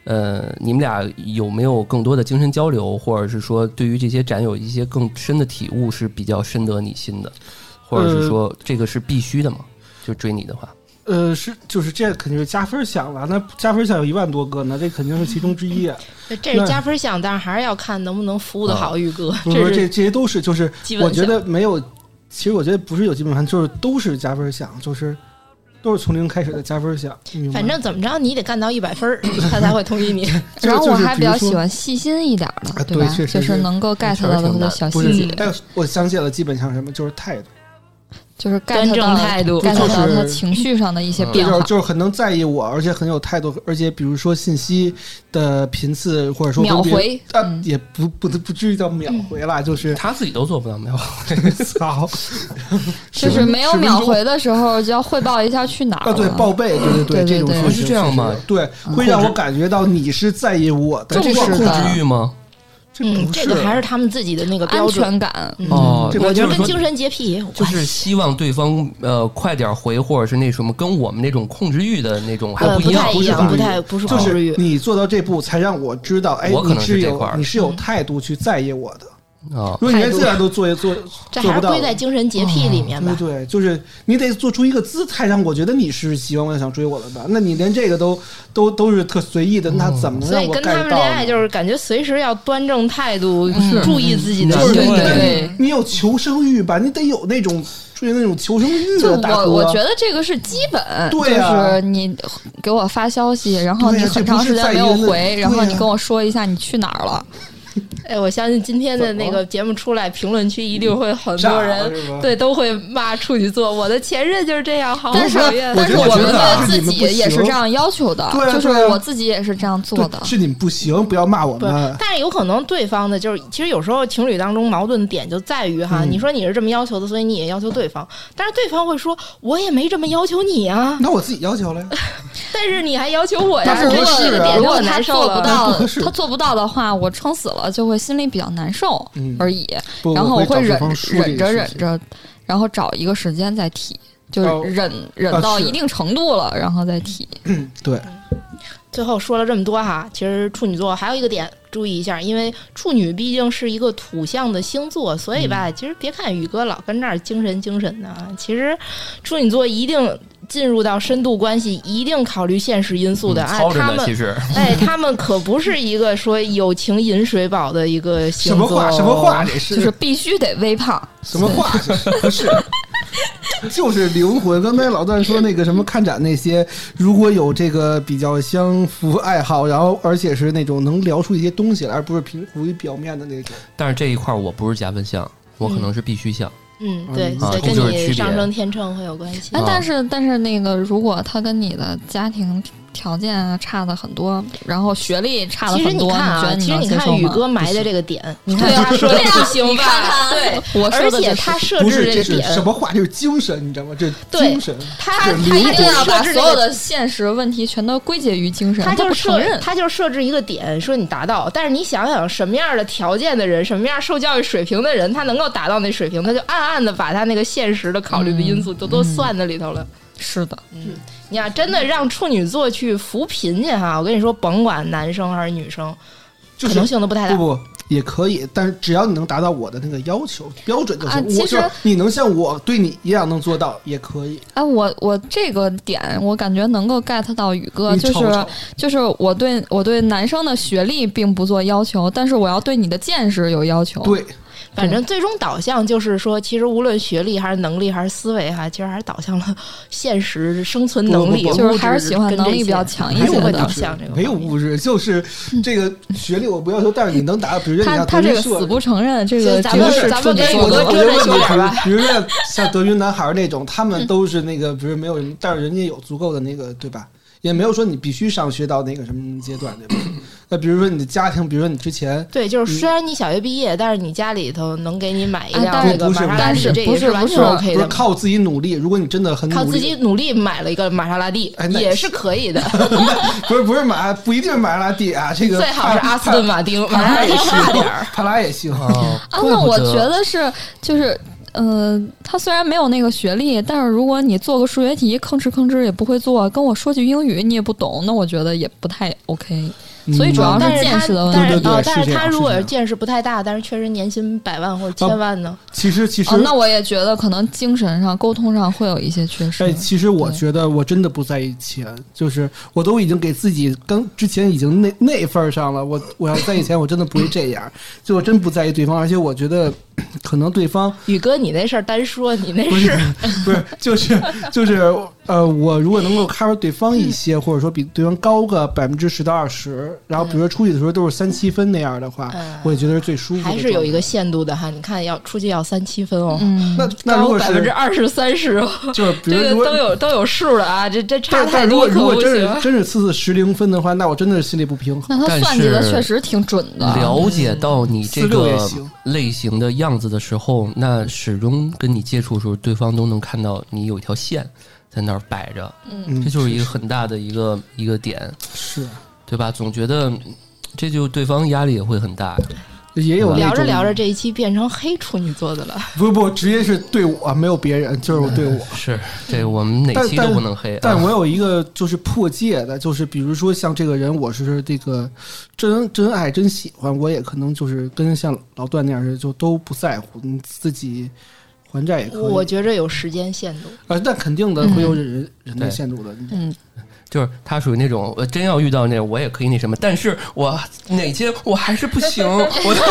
Speaker 4: 呃，你们俩有没有更多的精神交流，或者是说对于这些展有一些更深的体悟是比较深得你心的，或者
Speaker 5: 呃
Speaker 4: 是说这个是必须的吗？就追你的话，
Speaker 1: 呃，是就是这肯定是加分项了，那加分项有一万多个呢，这肯定是其中之一。
Speaker 5: 嗯
Speaker 2: 这是
Speaker 1: 那
Speaker 2: 加分项，但是还是要看能不能服务的
Speaker 4: 啊
Speaker 2: 好玉哥，
Speaker 1: 不是说这
Speaker 2: 是
Speaker 1: 这些都是就是
Speaker 2: 基，本
Speaker 1: 我觉得没有，其实我觉得不是有基本盘，就是都是加分项，就是都是从零开始的加分项。你明白
Speaker 2: 反正怎么着你得干到一百分儿，他才会同意你。
Speaker 1: 这
Speaker 5: 然后我
Speaker 1: 就是
Speaker 5: 还比
Speaker 1: 比如
Speaker 5: 较喜
Speaker 1: 说
Speaker 5: 欢细心一点儿
Speaker 1: 啊
Speaker 5: 的，吧
Speaker 1: 对确？实
Speaker 5: 就是
Speaker 1: 是
Speaker 5: 能够 get
Speaker 4: 确实
Speaker 5: 到
Speaker 4: 挺
Speaker 5: 他的
Speaker 4: 难
Speaker 5: 小
Speaker 1: 不
Speaker 5: 细
Speaker 1: 是
Speaker 5: 节，，
Speaker 1: 但是我想起了基本上什么就是态度，
Speaker 5: 就是 get
Speaker 2: 端正
Speaker 5: 到
Speaker 2: 态度
Speaker 5: get
Speaker 1: 就是
Speaker 5: 到他情绪上的一些
Speaker 4: 嗯
Speaker 5: 变
Speaker 1: 就是
Speaker 5: 化。
Speaker 1: 就是很能在意我，而且很有态度，而且比如说信息的频次或者说
Speaker 5: 秒
Speaker 1: 跟别人
Speaker 5: 回
Speaker 1: 啊、
Speaker 5: 嗯
Speaker 1: 也不不不至于叫秒
Speaker 2: 嗯
Speaker 1: 回啦，就是
Speaker 4: 他自己都做不到， 没有。
Speaker 1: 操
Speaker 5: 就是没有
Speaker 1: 10分钟
Speaker 5: 秒回的时候，就要汇报一下去哪儿
Speaker 1: 啊，对
Speaker 5: 了。
Speaker 1: 报备，对对
Speaker 5: 对对
Speaker 1: 这种
Speaker 5: 对
Speaker 1: 事情
Speaker 4: 哎是这样吗
Speaker 1: 确
Speaker 4: 嗯
Speaker 1: 实有对，会让我感觉到你是在意我的，
Speaker 5: 就
Speaker 1: 这
Speaker 5: 是
Speaker 1: 个
Speaker 4: 控
Speaker 5: 的
Speaker 4: 制欲吗？
Speaker 1: 这
Speaker 2: 嗯，
Speaker 1: 不
Speaker 2: 这个还是他们自己的那个
Speaker 5: 安
Speaker 2: 标准。
Speaker 5: 全感，
Speaker 2: 嗯
Speaker 4: 哦
Speaker 1: 这
Speaker 4: 那
Speaker 1: 个
Speaker 2: 我觉
Speaker 4: 就
Speaker 2: 得跟
Speaker 4: 是说
Speaker 2: 精神洁癖也有
Speaker 4: 就
Speaker 2: 关
Speaker 4: 是
Speaker 2: 系。
Speaker 4: 希望对方呃快点回，或者是那什么，跟我们那种控制欲的那种还
Speaker 2: 呃，
Speaker 4: 一样嗯
Speaker 2: 太。
Speaker 1: 不
Speaker 2: 一
Speaker 1: 是
Speaker 2: 样，
Speaker 1: 控
Speaker 2: 不
Speaker 1: 制欲
Speaker 2: 太不是
Speaker 1: 就
Speaker 2: 控制欲
Speaker 1: 是。你做到这步，才让我知道，哎，
Speaker 4: 我可能
Speaker 1: 你
Speaker 4: 是这块
Speaker 1: 有
Speaker 4: 儿
Speaker 1: 你是
Speaker 2: 嗯
Speaker 1: 有态度去在意我的。
Speaker 4: 啊，
Speaker 1: 如果你连这样都做做
Speaker 2: 这
Speaker 1: 做
Speaker 2: 还
Speaker 1: 不
Speaker 2: 是
Speaker 1: 到嗯
Speaker 2: 归，在精神洁癖里面
Speaker 1: 对
Speaker 2: 吧。
Speaker 1: 对，就是你得做出一个姿态，让我觉得你是喜欢我想追我的吧？那你连这个都都都是特随意的，那怎么能
Speaker 2: 所
Speaker 1: 让
Speaker 2: 以
Speaker 1: 我
Speaker 2: 跟
Speaker 1: get
Speaker 2: 他们
Speaker 1: 到
Speaker 2: 恋爱
Speaker 1: 呢
Speaker 2: 就是感觉随时要端正态度
Speaker 4: 是，
Speaker 2: 注意自己的
Speaker 4: 嗯
Speaker 1: 就是
Speaker 2: 行
Speaker 1: 啊你
Speaker 2: 为。
Speaker 5: 对
Speaker 1: 你有求生欲吧？你得有那种出于那种求生欲
Speaker 5: 就
Speaker 1: 的大哥。
Speaker 5: 我我觉得这个是基本，
Speaker 1: 对啊
Speaker 5: 就是你给我发消息，然后
Speaker 1: 对啊
Speaker 5: 你很长时间没有
Speaker 1: 这不是在
Speaker 5: 回，
Speaker 1: 意的
Speaker 5: 然后
Speaker 1: 对啊
Speaker 5: 你跟我说一下你去哪儿了，
Speaker 2: 哎，我相信今天的那个节目出来，评论区一定会很多人
Speaker 1: 炸了是吧
Speaker 2: 对都会骂处女座，我的前任就是这样，好
Speaker 5: 但是
Speaker 2: 讨厌。
Speaker 5: 但是
Speaker 1: 我
Speaker 5: 我
Speaker 1: 觉
Speaker 5: 们
Speaker 1: 得啊
Speaker 5: 对自
Speaker 1: 你们
Speaker 5: 己
Speaker 1: 不行
Speaker 5: 也是这样要求的
Speaker 1: 对啊，
Speaker 5: 就是
Speaker 1: 对啊
Speaker 5: 我自己也是这样做的
Speaker 1: 对，是你们不行，不要骂我
Speaker 2: 不
Speaker 1: 们，。
Speaker 2: 但是有可能对方的就是，其实有时候情侣当中矛盾点就在于哈，
Speaker 1: 嗯
Speaker 2: 你说你是这么要求的，所以你也要求对方，但是对方会说我也没这么要求你啊，
Speaker 1: 那我自己要求了，
Speaker 2: 但是你还要求我呀，
Speaker 5: 但是如
Speaker 2: 这
Speaker 5: 果
Speaker 2: 这个点
Speaker 5: 如
Speaker 2: 就
Speaker 5: 果
Speaker 2: 很
Speaker 5: 他
Speaker 2: 难
Speaker 5: 做
Speaker 2: 受
Speaker 5: 不
Speaker 2: 了。
Speaker 5: 到
Speaker 1: 不合适，
Speaker 5: 他做不到的话，我撑死了就会心里比较难受
Speaker 1: 嗯
Speaker 5: 而已。
Speaker 1: 不
Speaker 5: 然后
Speaker 1: 我
Speaker 5: 会
Speaker 1: 找对
Speaker 5: 忍
Speaker 1: 方说这个
Speaker 5: 忍着
Speaker 1: 事
Speaker 5: 忍
Speaker 1: 情
Speaker 5: 着，然后找一个时间再提，就
Speaker 1: 哦
Speaker 5: 是忍忍
Speaker 1: 啊
Speaker 5: 到
Speaker 1: 是
Speaker 5: 一定程度了，然后再提。
Speaker 1: 对，
Speaker 2: 最后说了这么多哈，其实处女座还有一个点，注意一下，因为处女毕竟是一个土象的星座，所以吧，其实别看宇哥老跟那儿精神精神的，啊，其实处女座一定进入到深度关系，一定考虑现实因素的
Speaker 6: 嗯
Speaker 2: 啊
Speaker 6: 操，着
Speaker 2: 他
Speaker 6: 呢，
Speaker 2: 们
Speaker 6: 其实
Speaker 2: 哎，他们可不是一个说友情饮水饱的一个
Speaker 1: 什
Speaker 2: 星
Speaker 1: 么
Speaker 2: 座。
Speaker 1: 话？什么话？？这
Speaker 5: 就是是必须得微
Speaker 2: 啊
Speaker 5: 胖，
Speaker 1: 什么话？这是不是， 就是灵魂。刚才老段说那个什么看展那些，如果有这个比较相符爱好，然后而且是那种能聊出一些东西来，而不是平浮于表面的那种。
Speaker 4: 但是这一块儿我不是加分项，我可能是必须项。
Speaker 2: 嗯，对，
Speaker 1: 嗯
Speaker 2: 所以
Speaker 4: 啊这就
Speaker 2: 跟
Speaker 4: 是区别
Speaker 2: 你上升天秤会有关系
Speaker 5: 哎。，
Speaker 4: 啊
Speaker 5: 但是但是那个，如果他跟你的家庭条件啊差的很多，然后学历差的
Speaker 2: 其实
Speaker 5: 很
Speaker 2: 你
Speaker 5: 多，
Speaker 2: 看
Speaker 5: 你觉得
Speaker 2: 啊，
Speaker 5: 你
Speaker 2: 其实
Speaker 5: 能
Speaker 2: 你
Speaker 5: 接
Speaker 2: 看
Speaker 5: 受
Speaker 2: 宇
Speaker 5: 吗？
Speaker 2: 哥埋的这个点，你看
Speaker 5: 对啊
Speaker 2: 他说的
Speaker 5: 对啊
Speaker 2: 不行吧
Speaker 5: 你看看？
Speaker 2: 对，
Speaker 5: 我说
Speaker 2: 而
Speaker 5: 的
Speaker 2: 且
Speaker 5: 就是
Speaker 2: 他设
Speaker 1: 不
Speaker 2: 置
Speaker 1: 是，这
Speaker 2: 这
Speaker 1: 是
Speaker 2: 个
Speaker 1: 什
Speaker 2: 点，
Speaker 1: 么话？这是精神，你知道吗？这是
Speaker 2: 对
Speaker 1: 精神。
Speaker 2: 他
Speaker 1: 就是
Speaker 2: 他
Speaker 5: 他一定要把
Speaker 2: 设置
Speaker 5: 所有
Speaker 2: 这个。
Speaker 5: 的现实问题全都归结于精神，
Speaker 2: 他
Speaker 5: 他
Speaker 2: 就
Speaker 5: 不承
Speaker 2: 设
Speaker 5: 认。
Speaker 2: 他就设置一个点，说你达到，但是你想想什么样的条件的人，什么样受教育水平的人，他能够达到那水平，他就暗暗的把他那个现实的考虑的因
Speaker 5: 嗯
Speaker 2: 素都都算在里头了。
Speaker 5: 是的，
Speaker 2: 你要真的让处女座去扶贫去哈，我跟你说，甭管男生还是女生，
Speaker 1: 就
Speaker 2: 可能
Speaker 1: 是
Speaker 2: 性都不太
Speaker 1: 不
Speaker 2: 大。
Speaker 1: 不也可以，但是只要你能达到我的那个要求标准就行。
Speaker 5: 啊
Speaker 1: 我
Speaker 5: 其
Speaker 1: 就
Speaker 5: 实
Speaker 1: 是你能像我对你一样能做到，也可以。
Speaker 5: 哎，我我这个点我感觉能够 get 到宇哥，
Speaker 1: 你
Speaker 5: 啊就是
Speaker 1: 瞅瞅
Speaker 5: 就是我对我对男生的学历并不做要求，但是我要对你的见识有要求。
Speaker 1: 对，
Speaker 2: 反正最终导向就是说，其实无论学历还是能力还是思维哈，其实还是导向了现实生存能力，
Speaker 1: 不不不
Speaker 5: 就是还是喜欢
Speaker 2: 物质跟
Speaker 5: 能
Speaker 2: 这
Speaker 5: 力
Speaker 2: 些
Speaker 5: 比较强一
Speaker 2: 还
Speaker 5: 些
Speaker 2: 是
Speaker 5: 的
Speaker 2: 会
Speaker 1: 物
Speaker 2: 导
Speaker 1: 质
Speaker 2: 向这个
Speaker 1: 没有
Speaker 2: 方面
Speaker 1: 物质，就是这个学历我不要求，但是你能达到，比如说你
Speaker 5: 他
Speaker 1: 像
Speaker 5: 他
Speaker 1: 德
Speaker 5: 这
Speaker 1: 云
Speaker 5: 个
Speaker 1: 社
Speaker 5: 死不承认，这个
Speaker 2: 咱
Speaker 5: 这
Speaker 2: 们
Speaker 5: 个是
Speaker 2: 咱
Speaker 5: 处
Speaker 2: 们
Speaker 5: 女
Speaker 2: 跟
Speaker 5: 座
Speaker 2: 宇
Speaker 5: 的
Speaker 2: 哥
Speaker 5: 问
Speaker 2: 追
Speaker 5: 题
Speaker 2: 着说点吧。
Speaker 1: 比如说像德云男孩那种，他们都是那个，比如没有什么，但是人家有足够的那个，对吧？也没有说你必须上学到那个什么阶段，对吧？那比如说你的家庭，比如说你之前
Speaker 2: 对，就是虽然你小学毕业，但是你家里头能给你买一
Speaker 5: 啊
Speaker 2: 辆
Speaker 5: 但
Speaker 2: 那个
Speaker 1: 不是
Speaker 2: 玛莎
Speaker 1: 不
Speaker 2: 拉蒂，
Speaker 5: 是
Speaker 2: 这
Speaker 5: 不
Speaker 2: 也
Speaker 5: 是
Speaker 2: 完
Speaker 5: 不
Speaker 2: 全
Speaker 5: 是
Speaker 2: OK
Speaker 1: 不是
Speaker 2: 的。
Speaker 1: 靠自己努力，如果你真的很努力，
Speaker 2: 靠自己努力买了一个玛莎拉蒂
Speaker 1: 哎，那
Speaker 2: 也是可以的。
Speaker 1: 不是不是马不一定是马拉蒂啊，这个
Speaker 2: 最好是
Speaker 1: 帕
Speaker 2: 阿斯顿马丁，
Speaker 1: 帕
Speaker 2: 玛莎
Speaker 1: 拉
Speaker 2: 拉
Speaker 1: 也
Speaker 2: 蒂差
Speaker 1: 行
Speaker 2: 点儿。，
Speaker 1: 帕拉也行。
Speaker 2: 嗯
Speaker 4: 哦
Speaker 5: 啊，那我觉，
Speaker 4: 怪
Speaker 5: 得是就是。呃，他虽然没有那个学历，但是如果你做个数学题吭哧吭哧也不会做，跟我说句英语你也不懂，那我觉得也不太 OK。所以主要
Speaker 2: 但是
Speaker 5: 见识的问
Speaker 2: 他但
Speaker 5: 题。
Speaker 2: 是
Speaker 1: 对对对
Speaker 2: 哦
Speaker 1: 是
Speaker 2: 但
Speaker 1: 这
Speaker 2: 是
Speaker 1: 样
Speaker 2: 他
Speaker 1: 是
Speaker 2: 如果
Speaker 1: 这
Speaker 2: 是
Speaker 1: 样
Speaker 2: 见识不太大，但是确实年薪百万或者千万呢，
Speaker 1: 其实其实
Speaker 5: 哦，那我也觉得可能精神上、沟通上会有一些缺失。
Speaker 1: 哎，其实我
Speaker 5: 对
Speaker 1: 觉得我真的不在意钱，就是我都已经给自己刚之前已经那那份儿上了，我我要在意钱，我真的不会这样，就我真不在意对方，而且我觉得可能对方
Speaker 2: 宇哥你那事儿单说，你那
Speaker 1: 不是
Speaker 2: 是
Speaker 1: 不是就是就是呃，我如果能够 cover 对方一些，或者说比对方高个百分之十到二十，然后比如说出去的时候都是三七分那样的话，
Speaker 2: 嗯
Speaker 1: 我也觉得是最舒服的。
Speaker 2: 还是有一个。限度的哈。你看要出去要三七分哦，
Speaker 5: 嗯，
Speaker 1: 那那如果
Speaker 2: 百分之
Speaker 1: 是
Speaker 2: 二十三十，哦
Speaker 1: 就是比如
Speaker 2: 这
Speaker 1: 如
Speaker 2: 个
Speaker 1: 果
Speaker 2: 都有都有数了啊，这这差
Speaker 1: 但
Speaker 2: 太
Speaker 1: 但如
Speaker 2: 多
Speaker 1: 果
Speaker 2: 可
Speaker 1: 如果
Speaker 2: 不
Speaker 1: 真是
Speaker 2: 行。
Speaker 1: 真是次次十零分的话，那我真的是心里不平衡。
Speaker 5: 那他
Speaker 4: 但
Speaker 5: 算计的
Speaker 4: 是
Speaker 5: 确实挺准
Speaker 2: 嗯
Speaker 5: 的。
Speaker 4: 了解到你这
Speaker 1: 46也
Speaker 4: 个
Speaker 1: 行
Speaker 4: 类型的样子的时候，那始终跟你接触的时候，对方都能看到你有一条线在那儿摆着，
Speaker 1: 嗯
Speaker 4: 这就是一个很大的一个一个点，
Speaker 1: 是
Speaker 4: 对吧？总觉得这就对方压力也会很大。
Speaker 1: 也有
Speaker 2: 聊
Speaker 1: 那
Speaker 2: 着
Speaker 1: 种
Speaker 2: 聊着，这一期变成黑处女座的了，
Speaker 1: 不不，直接是对我，没有别人，就是对我。
Speaker 4: 是，这我们哪
Speaker 1: 但
Speaker 4: 期都不能黑啊。
Speaker 1: 但我有一个就是破戒的，就是比如说像这个人，我是这个真真爱真喜欢，我也可能就是跟像老段那样是就都不在乎，你自己还债也可以。
Speaker 2: 我觉着有时间限度。
Speaker 1: 啊，但肯定的会有人、人的
Speaker 4: 对
Speaker 1: 限度的。
Speaker 5: 嗯，
Speaker 4: 就是他属于那种，呃，真要遇到那种，我也可以那什么，但是我哪些我还是不 行，我对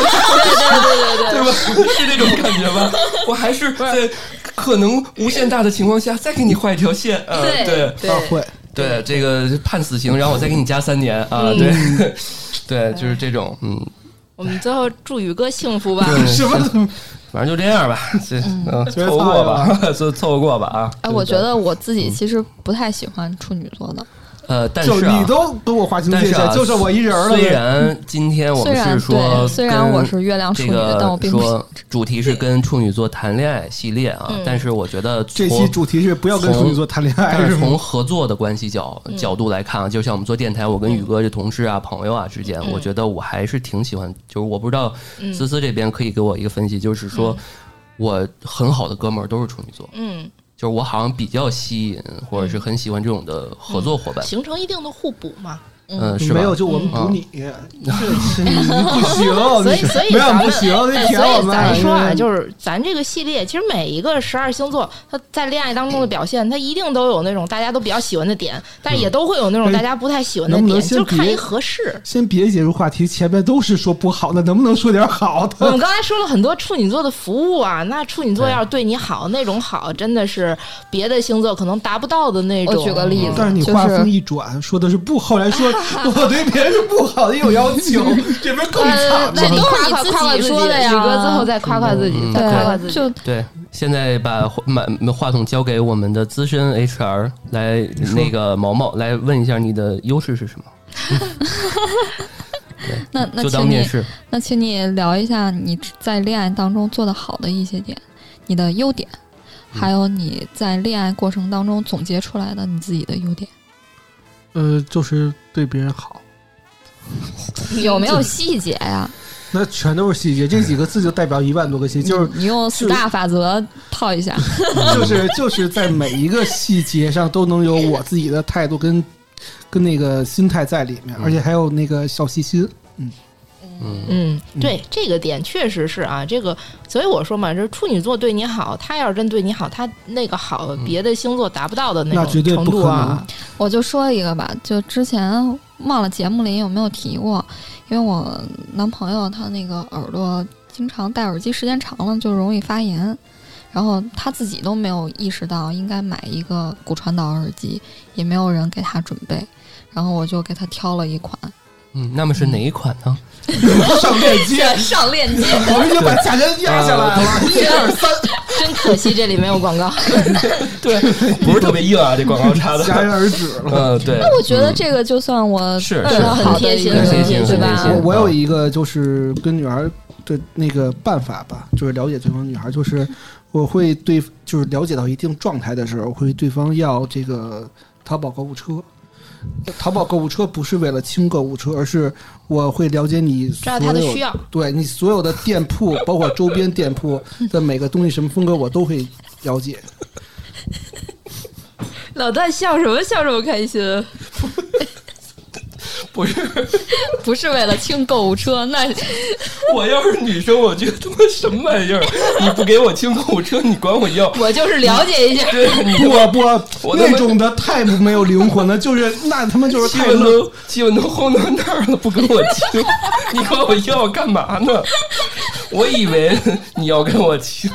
Speaker 4: 对对对对吧？是这种感觉吧？我还是在可能无限大的情况下再给你画一条线，啊，对
Speaker 1: 啊，会，
Speaker 4: 对，这个判死刑，然后我再给你加三年啊，
Speaker 2: 嗯
Speaker 4: 对 对，就是这种，嗯，
Speaker 2: 我们最后祝宇哥幸福吧。
Speaker 4: 对
Speaker 1: 什 么？
Speaker 4: 反正就这样吧，这嗯，
Speaker 1: 觉得
Speaker 4: 凑合
Speaker 1: 操
Speaker 4: 过
Speaker 1: 了
Speaker 4: 吧，就凑合过吧啊。
Speaker 5: 哎，
Speaker 4: 对
Speaker 5: 我觉得我自己其实不太喜欢处女座的，
Speaker 4: 呃，但
Speaker 1: 就是
Speaker 4: 啊
Speaker 1: 你都跟我划清
Speaker 4: 但
Speaker 1: 界
Speaker 4: 是
Speaker 1: 限，
Speaker 4: 啊，
Speaker 1: 就剩我一人了。
Speaker 4: 虽然今天我
Speaker 5: 虽
Speaker 4: 们
Speaker 5: 然
Speaker 4: 是说，
Speaker 5: 对，虽然我是月亮处
Speaker 4: 这
Speaker 5: 女，
Speaker 4: 个
Speaker 5: 但我并不喜
Speaker 4: 说主题是跟处女座谈恋爱系列啊，
Speaker 2: 嗯
Speaker 4: 但是我觉得
Speaker 1: 这
Speaker 4: 从
Speaker 1: 期主题是不要跟处女座谈恋爱，
Speaker 4: 但
Speaker 1: 是
Speaker 4: 是
Speaker 1: 吗？
Speaker 4: 从合作的关系角、
Speaker 5: 嗯
Speaker 4: 角度来看啊，就像我们做电台，我跟宇哥这同事啊、朋友啊之
Speaker 5: 嗯
Speaker 4: 间，我觉得我还是挺喜欢。就是我不知道思思这边可以给我一个分析，就是说、
Speaker 5: 嗯
Speaker 4: 我很好的哥们儿都是处女座，
Speaker 2: 嗯，
Speaker 4: 就是
Speaker 5: 嗯
Speaker 4: 我好像比较吸引或者是很喜欢这种的合作伙伴。
Speaker 2: 形成一定的互补嘛。
Speaker 4: 嗯，是吧？
Speaker 1: 没有，就我们补你，这你不行，
Speaker 2: 所以
Speaker 1: 你哦没有
Speaker 2: 所以咱们
Speaker 1: 不行，
Speaker 2: 哎
Speaker 1: 得舔
Speaker 2: 所
Speaker 1: 我
Speaker 2: 以
Speaker 1: 们。
Speaker 2: 咱说啊，
Speaker 1: 嗯
Speaker 2: 就是咱这个系列，其实每一个十二星座，它在恋爱当中的表现，它一定都有那种大家都比较喜欢的点，但是也都会有那种大家不太喜欢
Speaker 1: 嗯
Speaker 2: 的
Speaker 1: 能不能
Speaker 2: 点，
Speaker 1: 先
Speaker 2: 就看
Speaker 1: 别
Speaker 2: 一合适。
Speaker 1: 先别介入话题，前面都是说不好的，能不能说点好
Speaker 2: 我们
Speaker 1: 的？
Speaker 2: 刚才说了很多处女座的服务啊，那处女座要是对你好，那种好真的是别的星座可能达不到的那种。嗯
Speaker 5: 我举个例子，
Speaker 1: 但是你
Speaker 5: 就
Speaker 1: 话锋
Speaker 5: 是
Speaker 1: 一转，说的是不，后来 说我对别人是不好的有要求，这边更惨
Speaker 5: 呃那
Speaker 1: 了。
Speaker 5: 都是
Speaker 2: 夸
Speaker 5: 你
Speaker 2: 夸
Speaker 5: 自
Speaker 2: 夸夸
Speaker 5: 己
Speaker 2: 自
Speaker 5: 说的呀
Speaker 2: 宇哥最后再夸夸自己，
Speaker 1: 嗯
Speaker 2: 再夸夸自
Speaker 5: 对，
Speaker 2: 己。
Speaker 5: 就
Speaker 4: 对，现在把话满话筒交给我们的资深 HR 来，那个毛毛来问一下你的优势是什么？
Speaker 5: 那那
Speaker 4: 就当
Speaker 5: 请
Speaker 4: 面
Speaker 5: 你
Speaker 4: 试。
Speaker 5: 那请你聊一下你在恋爱当中做的好的一些点，你的优点，还有你在恋爱过程当中总结出来的你自己的优点，
Speaker 1: 呃，就是对别人好，
Speaker 5: 有没有细节呀、
Speaker 1: 那全都是细节，这几个字就代表一万多个细节，就是
Speaker 5: 你你用
Speaker 1: 是
Speaker 5: STAR 法则套一下，
Speaker 2: 嗯
Speaker 1: 就是就是在每一个细节上都能有我自己的态度跟跟那个心态在里面，而且还有那个小细心。
Speaker 4: 嗯，
Speaker 2: 嗯，对，这个点确实是啊，这个，所以我说嘛，就是处女座对你好，他要是真对你好，他那个好，别的星座达不到的
Speaker 1: 那绝
Speaker 2: 种
Speaker 1: 对不
Speaker 2: 程度
Speaker 1: 可
Speaker 2: 啊。
Speaker 5: 我就说一个吧，就之前忘了节目里有没有提过，因为我男朋友他那个耳朵经常戴耳机时间长了就容易发炎，然后他自己都没有意识到应该买一个骨传导耳机，也没有人给他准备，然后我就给他挑了一款，
Speaker 4: 嗯，那么是哪一款呢？
Speaker 1: 上链 接，
Speaker 5: 上链接，
Speaker 1: 我们已经把价钱压下来了，一二三，
Speaker 2: 真可惜这里没有广告。
Speaker 5: 嗯
Speaker 4: 对， 不是特别硬啊，这广告 插
Speaker 1: 戛然而止了。
Speaker 4: 嗯，对。
Speaker 5: 那我觉得这个就算我
Speaker 4: 是
Speaker 5: 做
Speaker 4: 是
Speaker 5: 得好的一个
Speaker 2: 很贴
Speaker 5: 东
Speaker 2: 心
Speaker 5: 西，
Speaker 2: 很贴心
Speaker 5: 对吧
Speaker 4: 很贴心
Speaker 1: 我我有一个就是跟女孩的那个办法吧，就是了解对方女孩，就是我会对，就是了解到一定状态的时候，我会对方要这个淘宝购物车。淘宝购物车不是为了清购物车，而是我会了解你
Speaker 2: 知
Speaker 1: 所
Speaker 2: 道
Speaker 1: 有
Speaker 2: 他的需要
Speaker 1: 对你所有的店铺，包括周边店铺的每个东西什么风格，我都会了解。
Speaker 5: 老段笑什么笑这么开心？
Speaker 4: 不是，
Speaker 5: 不是为了清购物车，那
Speaker 4: 我要是女生，我觉得他妈什么玩意儿？ 你不给我清购物车，你管我要？
Speaker 5: 我就是了解一下。
Speaker 4: 对，你
Speaker 1: 不
Speaker 4: 我
Speaker 1: 不，
Speaker 4: 他妈
Speaker 1: 那种的太没有灵魂了，就是那他妈就是
Speaker 4: 气
Speaker 1: 太
Speaker 4: 氛
Speaker 1: low
Speaker 4: 都气氛都轰到那儿了，不跟我亲， 你管我要干嘛呢？ 我以为你要跟我亲，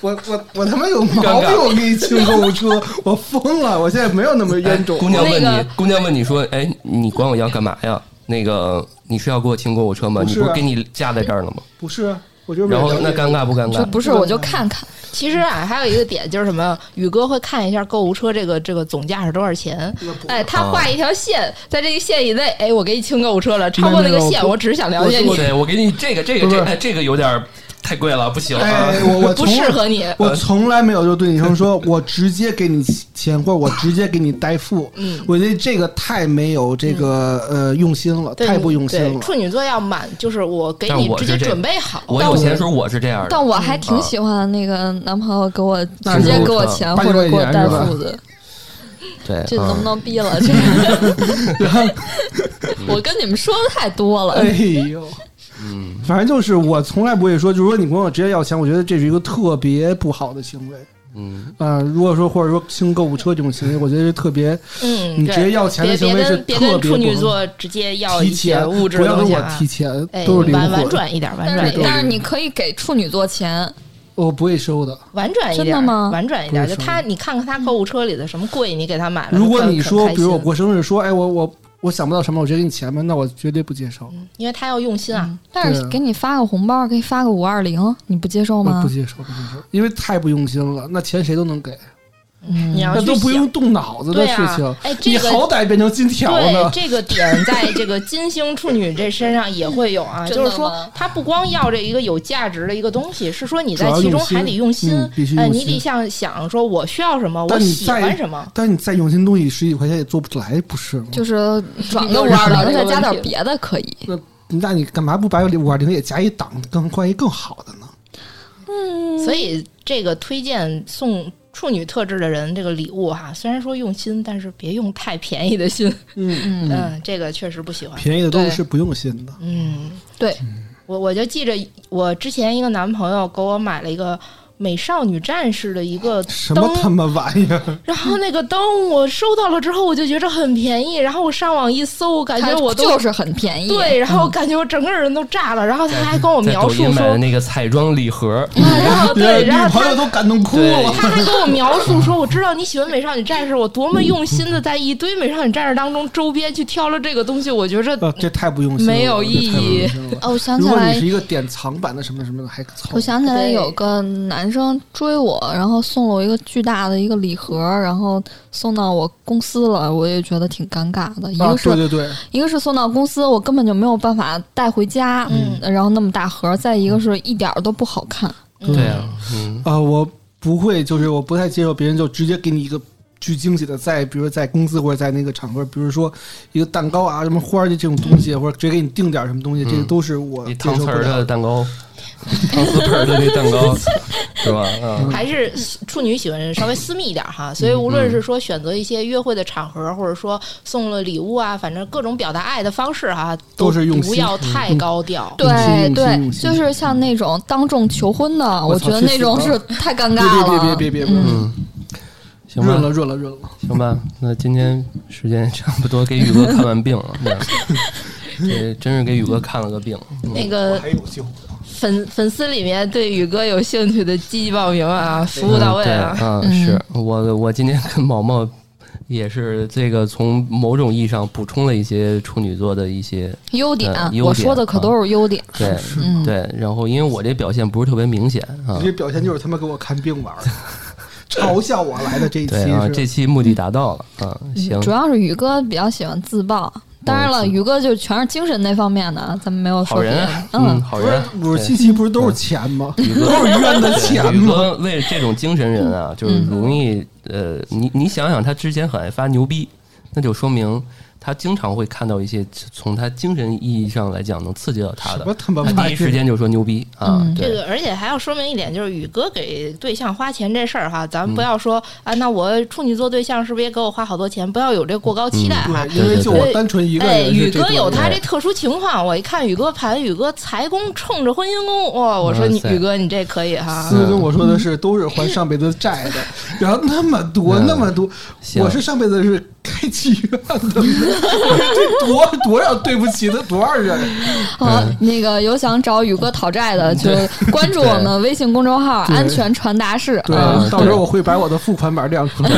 Speaker 1: 我我我他妈有毛
Speaker 4: 尴尬
Speaker 1: 病！我给你清购物车，我疯了！我现在没有那么冤 种。
Speaker 4: 姑娘问你，
Speaker 5: 那个
Speaker 4: 姑娘问你说，哎，你管我要干嘛呀？那个你是要给我清购物车吗？
Speaker 1: 不
Speaker 4: 你
Speaker 1: 是啊
Speaker 4: 不是给你架在这儿了吗？
Speaker 1: 不是，啊我就是
Speaker 4: 然后
Speaker 1: 没
Speaker 4: 那
Speaker 1: 有
Speaker 4: 尴尬不尴
Speaker 5: 就
Speaker 4: 尬？
Speaker 5: 不是，我就看看。
Speaker 2: 其实啊，还有一个点就是什么，宇哥会看一下购物车这个这个总价是多少钱。哎，他
Speaker 1: 啊
Speaker 2: 画一条线，在这个线以内，哎，我给你清购物车了，超过那
Speaker 1: 没有
Speaker 2: 个
Speaker 1: 没有
Speaker 2: 线，
Speaker 1: 我
Speaker 2: 我只是想了解你，
Speaker 4: 对，我给你这个这个
Speaker 1: 不
Speaker 4: 这
Speaker 1: 是
Speaker 4: 个哎这个有点太贵了，不行啊
Speaker 1: 哎，！我我从
Speaker 2: 不适合你。
Speaker 1: 我从来没有就对女生说，我直接给你钱，或者我直接给你代付。嗯，我觉得这个太没有这个呃用心了，
Speaker 2: 对
Speaker 1: 太不用
Speaker 2: 对
Speaker 1: 心了。
Speaker 2: 处女座要满，就是我给
Speaker 4: 但
Speaker 2: 你
Speaker 4: 我
Speaker 2: 直
Speaker 4: 是
Speaker 2: 接
Speaker 4: 这
Speaker 2: 准备好。
Speaker 4: 我
Speaker 5: 但
Speaker 4: 有
Speaker 5: 我
Speaker 4: 钱时候我是这样的
Speaker 5: 但，我还挺喜欢那个男朋友给我直接给我钱
Speaker 1: 八九
Speaker 5: 或
Speaker 1: 块
Speaker 5: 者给我
Speaker 1: 钱
Speaker 5: 带
Speaker 1: 是吧
Speaker 5: 裤子，
Speaker 4: 对，
Speaker 5: 这能不
Speaker 4: 嗯
Speaker 5: 能逼 了？这我跟你们说的太多 了
Speaker 1: 哎。呦，嗯，反正就是我从来不会说，就是说你管我直接要钱，我觉得这是一个特别不好的行为。
Speaker 4: 嗯，
Speaker 1: 啊、如果说或者说清购物车这种行为，我觉得是特别。
Speaker 2: 嗯，
Speaker 1: 你
Speaker 2: 对
Speaker 1: 直接要钱的
Speaker 2: 别
Speaker 1: 行为是
Speaker 2: 别
Speaker 1: 特别
Speaker 2: 跟别跟处
Speaker 1: 不
Speaker 2: 女
Speaker 1: 好
Speaker 2: 座直接要一
Speaker 1: 提
Speaker 2: 些
Speaker 1: 前，
Speaker 2: 物质
Speaker 1: 不
Speaker 2: 的
Speaker 1: 要
Speaker 2: 东
Speaker 1: 跟
Speaker 2: 西
Speaker 1: 我
Speaker 2: 啊
Speaker 1: 提，钱，
Speaker 2: 哎，
Speaker 1: 都是灵
Speaker 2: 婉婉
Speaker 1: 魂，
Speaker 2: 转一点，婉
Speaker 5: 但
Speaker 2: 转一
Speaker 5: 是
Speaker 1: 对
Speaker 5: 你
Speaker 2: 点。
Speaker 5: 但是你可以给处女座钱，
Speaker 1: 我不会收的。
Speaker 2: 婉转一点，
Speaker 5: 真的吗
Speaker 2: 婉转一点，
Speaker 1: 不
Speaker 2: 就是他，你看看他购物车里的什么贵，你给他买了。
Speaker 1: 嗯如果你
Speaker 2: 他可
Speaker 1: 说，
Speaker 2: 开
Speaker 1: 比如我
Speaker 2: 心
Speaker 1: 过生日，说，哎，我我我想不到什么，我直接给你钱吧，那我绝对不接受，
Speaker 2: 因为他要用心啊，
Speaker 5: 但是
Speaker 1: 对啊
Speaker 5: 给你发个红包，给你发个五二零，你呃不接受
Speaker 1: 我
Speaker 5: 吗
Speaker 1: 不？接受，不接
Speaker 2: 嗯
Speaker 1: 受，因为太不用心了。那钱谁都能给，
Speaker 2: 你要
Speaker 1: 嗯那
Speaker 2: 去
Speaker 1: 都不
Speaker 2: 啊想
Speaker 1: 用动脑子的
Speaker 2: 对
Speaker 1: 事
Speaker 2: 啊
Speaker 1: 情。
Speaker 2: 哎这个
Speaker 1: 你好歹变成金 条
Speaker 2: 对
Speaker 1: 呢。
Speaker 2: 这个点，在这个金星处女这身上也会有啊，
Speaker 5: 真
Speaker 2: 就
Speaker 5: 的
Speaker 2: 是说
Speaker 5: 吗，
Speaker 2: 他不光要这一个有价值的一个东西，是说你在
Speaker 1: 主要
Speaker 2: 其中
Speaker 1: 用心
Speaker 2: 还得用心
Speaker 1: 嗯必须，用
Speaker 2: 哎，你
Speaker 1: 心
Speaker 2: 得想想说，我需要什么，我
Speaker 1: 但你
Speaker 2: 喜欢
Speaker 1: 再
Speaker 2: 什么，
Speaker 1: 但你再用心东西，十几块钱也做不出来，不是吗？
Speaker 5: 就是转个
Speaker 2: 就
Speaker 5: 五
Speaker 2: 是
Speaker 5: 二
Speaker 2: 这个
Speaker 5: 零，再
Speaker 2: 问
Speaker 5: 加点
Speaker 2: 题
Speaker 5: 别的可以。
Speaker 1: 那那你干嘛不把五二零也加一
Speaker 5: 嗯
Speaker 1: 档，更换一更好的呢？
Speaker 2: 所以这个推荐送处女特质的人这个礼物哈，虽然说用心，但是别用太便宜的心。嗯嗯，这个确实不喜欢。
Speaker 1: 便宜的东西是不用心的。
Speaker 2: 嗯，
Speaker 5: 对，
Speaker 2: 我我就记着我之前一个男朋友给我买了一个美少女战士的一个
Speaker 1: 什么他
Speaker 2: 灯，
Speaker 1: 妈玩意儿？
Speaker 2: 然后那个灯我收到了之后，我就觉着很便宜，然后我上网一搜，感觉
Speaker 5: 它
Speaker 2: 我都
Speaker 5: 就是很便宜。嗯
Speaker 2: 对，然后感觉我整个人都炸了，然后他还跟我
Speaker 4: 在
Speaker 2: 描
Speaker 4: 抖
Speaker 2: 述
Speaker 4: 音买的
Speaker 2: 说，嗯
Speaker 4: 那个彩妆礼盒，
Speaker 2: 然后哦对，然后
Speaker 1: 女朋
Speaker 2: 他
Speaker 1: 友都感动哭了。
Speaker 2: 他还跟我描述说，我知道你喜欢美少女战士，我多么用心的在一堆美少女战士当中周边去挑了这个东西，我觉着
Speaker 1: 呃，这太不用心了，
Speaker 2: 没有
Speaker 1: 这太不用心了。
Speaker 5: 哦，我想
Speaker 1: 如
Speaker 5: 起
Speaker 1: 果
Speaker 5: 来
Speaker 1: 你是一个典藏版的什么什么的，还凑合。
Speaker 5: 我想起来
Speaker 2: 对
Speaker 5: 有个男生追我，然后送了我一个巨大的一个礼盒，然后送到我公司了，我也觉得挺尴尬的。一
Speaker 1: 啊
Speaker 5: 个，是、
Speaker 1: 对对对，
Speaker 5: 一个是送到公司，我根本就没有办法带回家，嗯，然后那么大盒，再一个是一点儿都不好看。
Speaker 4: 对啊，嗯，
Speaker 1: 啊、我不会，就是我不太接受别人就直接给你一个巨惊喜的，在比如在公司或者在那个场合，比如说一个蛋糕啊、什么花儿的这种东西，或者直接给你定点什么东西，这个都是我
Speaker 4: 嗯你
Speaker 1: 接
Speaker 4: 搪
Speaker 1: 受
Speaker 4: 瓷
Speaker 1: 不
Speaker 4: 儿
Speaker 1: 了
Speaker 4: 的。蛋糕，搪瓷盆儿的那蛋糕是吧？ 嗯，
Speaker 2: 还是处女喜欢稍微私密一点哈，所以无论
Speaker 4: 嗯
Speaker 2: 是说选择一些约会的场合，或者说送了礼物啊，反正各种表达爱的方式哈，
Speaker 1: 都是用心嗯
Speaker 2: 不要太高调。
Speaker 5: 对
Speaker 1: 用心
Speaker 5: 对
Speaker 1: 用，心
Speaker 5: 就是像那种当众求婚的，我
Speaker 1: 操
Speaker 5: 觉得
Speaker 1: 去
Speaker 5: 那
Speaker 1: 死
Speaker 5: 种
Speaker 1: 吧
Speaker 5: 是太尴
Speaker 1: 别
Speaker 5: 尬了。
Speaker 1: 别别别别别，
Speaker 4: 嗯行
Speaker 1: 润
Speaker 4: 吧
Speaker 1: 了，润了润了，
Speaker 4: 行吧，那今天时间差不多，给宇哥看完病了， 对这真是给宇哥看了个病。嗯
Speaker 2: 那个
Speaker 1: 还有救。
Speaker 4: 啊
Speaker 2: 粉粉丝里面 对宇哥有兴趣的积极报名啊，服务到位啊
Speaker 4: 嗯。对啊！是我我今天跟毛毛也是这个从某种意义上补充了一些处女座的一些
Speaker 5: 优点
Speaker 4: 嗯，优
Speaker 5: 我
Speaker 4: 点
Speaker 5: 说的可
Speaker 4: 啊
Speaker 5: 都是优点。
Speaker 4: 对对，然后因为我这表现不是特别明显啊
Speaker 1: 你，这表现就是他妈给我看病玩儿的，嘲笑我来的这一期
Speaker 4: 对啊，
Speaker 1: 是。
Speaker 4: 这期目的达到了啊，行
Speaker 5: 嗯主。要是宇哥比较喜欢自爆，当然了，宇哥就全是精神那方面的，咱们没有
Speaker 4: 好
Speaker 5: 说别
Speaker 4: 人
Speaker 5: 的
Speaker 4: 啊，。嗯，
Speaker 5: 嗯，
Speaker 4: 好
Speaker 1: 不是
Speaker 4: 人。
Speaker 1: 五十七期不是都是钱吗？
Speaker 4: 宇哥
Speaker 1: 都是冤的钱
Speaker 4: 对宇
Speaker 1: 吗？
Speaker 4: 哥为这种精神人啊，就是容易呃，你你想想，他之前很爱发牛逼，那就说明他经常会看到一些从他精神意义上来讲能刺激到他
Speaker 1: 什
Speaker 4: 的
Speaker 1: 么。他妈
Speaker 4: 他
Speaker 1: 玩
Speaker 4: 第一
Speaker 1: 意
Speaker 4: 时
Speaker 1: 儿？
Speaker 4: 间就说牛逼啊！
Speaker 5: 嗯
Speaker 4: 对
Speaker 2: 这个，而且还要说明一点，就是宇哥给对象花钱这事儿哈，咱们不要说、啊，那我处女座对象是不是也给我花好多钱？不要有这过高期待
Speaker 4: 啊
Speaker 2: 哈。
Speaker 1: 嗯对，因为就我单纯一个
Speaker 2: 哎，
Speaker 1: 人是
Speaker 2: 宇
Speaker 1: 这种人。
Speaker 2: 哥有他这特殊情况，我一看宇哥盘，宇哥财宫冲着婚姻宫，哇、我说你
Speaker 4: 哇塞
Speaker 2: 宇哥你这可以哈
Speaker 1: 思。跟我啊
Speaker 4: 嗯
Speaker 1: 说的是，都是还上辈子债 的，然后那么多
Speaker 4: 嗯
Speaker 1: 那么多，
Speaker 4: 行
Speaker 1: 我是上辈子是开妓院的，我说这多多少对不起的多少人，
Speaker 4: 嗯
Speaker 5: 好，
Speaker 1: 嗯
Speaker 5: 那个有想找宇哥讨债的，就关注我们微信公众号“
Speaker 1: 对
Speaker 5: 安全传达室”
Speaker 1: 对
Speaker 5: 啊。，
Speaker 1: 到时候我会把我的付款码亮出来，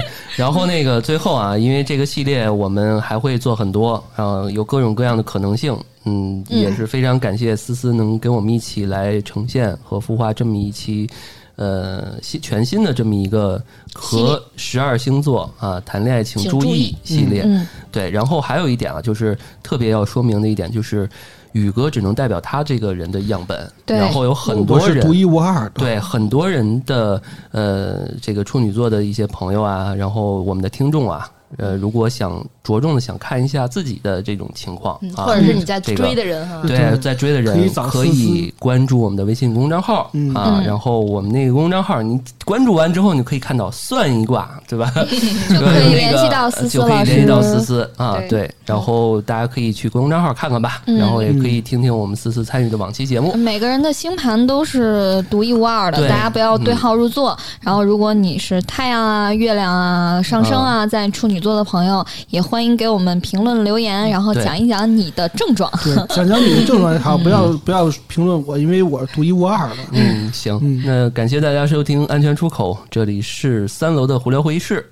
Speaker 4: 然后那个最后啊，因为这个系列我们还会做很多，啊，有各种各样的可能性。嗯，也是非常感谢思思能跟我们一起来呈现和孵化这么一期，呃，新全新的这么一个和十二星座啊谈恋爱请
Speaker 2: 请
Speaker 4: 注
Speaker 2: 注
Speaker 4: 意
Speaker 2: 意
Speaker 4: 系列。
Speaker 5: 嗯，
Speaker 4: 对，然后还有一点啊，就是特别要说明的一点就是。宇哥只能代表他这个人的样本，
Speaker 5: 对
Speaker 4: 然后有很
Speaker 1: 哦我
Speaker 4: 多
Speaker 1: 是
Speaker 4: 人
Speaker 1: 独一无二的。
Speaker 4: 对很多人的呃这个处女座的一些朋友啊，然后我们的听众啊，呃，如果想着重的想看一下自己的这种情况
Speaker 2: 嗯，
Speaker 4: 啊，
Speaker 2: 或者是你在
Speaker 4: 这个嗯
Speaker 2: 追的人哈，
Speaker 4: 对在追的
Speaker 1: 可以
Speaker 4: 人
Speaker 1: 找
Speaker 4: 可
Speaker 1: 思思嗯
Speaker 4: 以关注我们的微信公众号啊，
Speaker 5: 嗯
Speaker 4: 然后我们那个公众号你关注完之后，你可以看到算一卦，对 吧？就
Speaker 5: 可以联系到思思
Speaker 4: 就可以联系
Speaker 5: 老
Speaker 4: 到
Speaker 5: 师
Speaker 4: 思思啊，对，然后大家可以去公众号看看吧，
Speaker 5: 嗯
Speaker 4: 然后也
Speaker 1: 嗯
Speaker 4: 可以听听我们思思参与的往期节目。
Speaker 5: 每个人的星盘都是独一无二
Speaker 4: 嗯对嗯
Speaker 5: 的，大家不要对号入座。然后，如果你是太阳啊、月亮啊、上升
Speaker 4: 嗯
Speaker 5: 啊，在处女座的朋友，也欢迎给我们评论留言，然后
Speaker 4: 对
Speaker 5: 讲一讲你的症状。
Speaker 1: 对，讲讲你的症状也好，不要不要评论我，因为我是独一无二的。
Speaker 4: 嗯，行，那感谢大家收听《安全出口》，这里是三楼的胡聊会议室，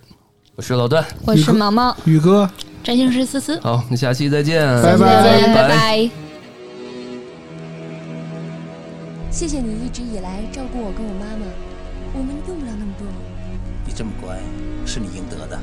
Speaker 4: 我是老段，
Speaker 5: 我是毛毛，
Speaker 1: 宇哥，
Speaker 2: 占星师思思。
Speaker 4: 好，我们下期再见，
Speaker 1: 拜拜
Speaker 5: 再见，
Speaker 4: 拜
Speaker 5: 拜拜
Speaker 6: 谢谢你一直以来照顾我跟我妈妈，我们用不了那么多。
Speaker 7: 你这么乖，是你应得的。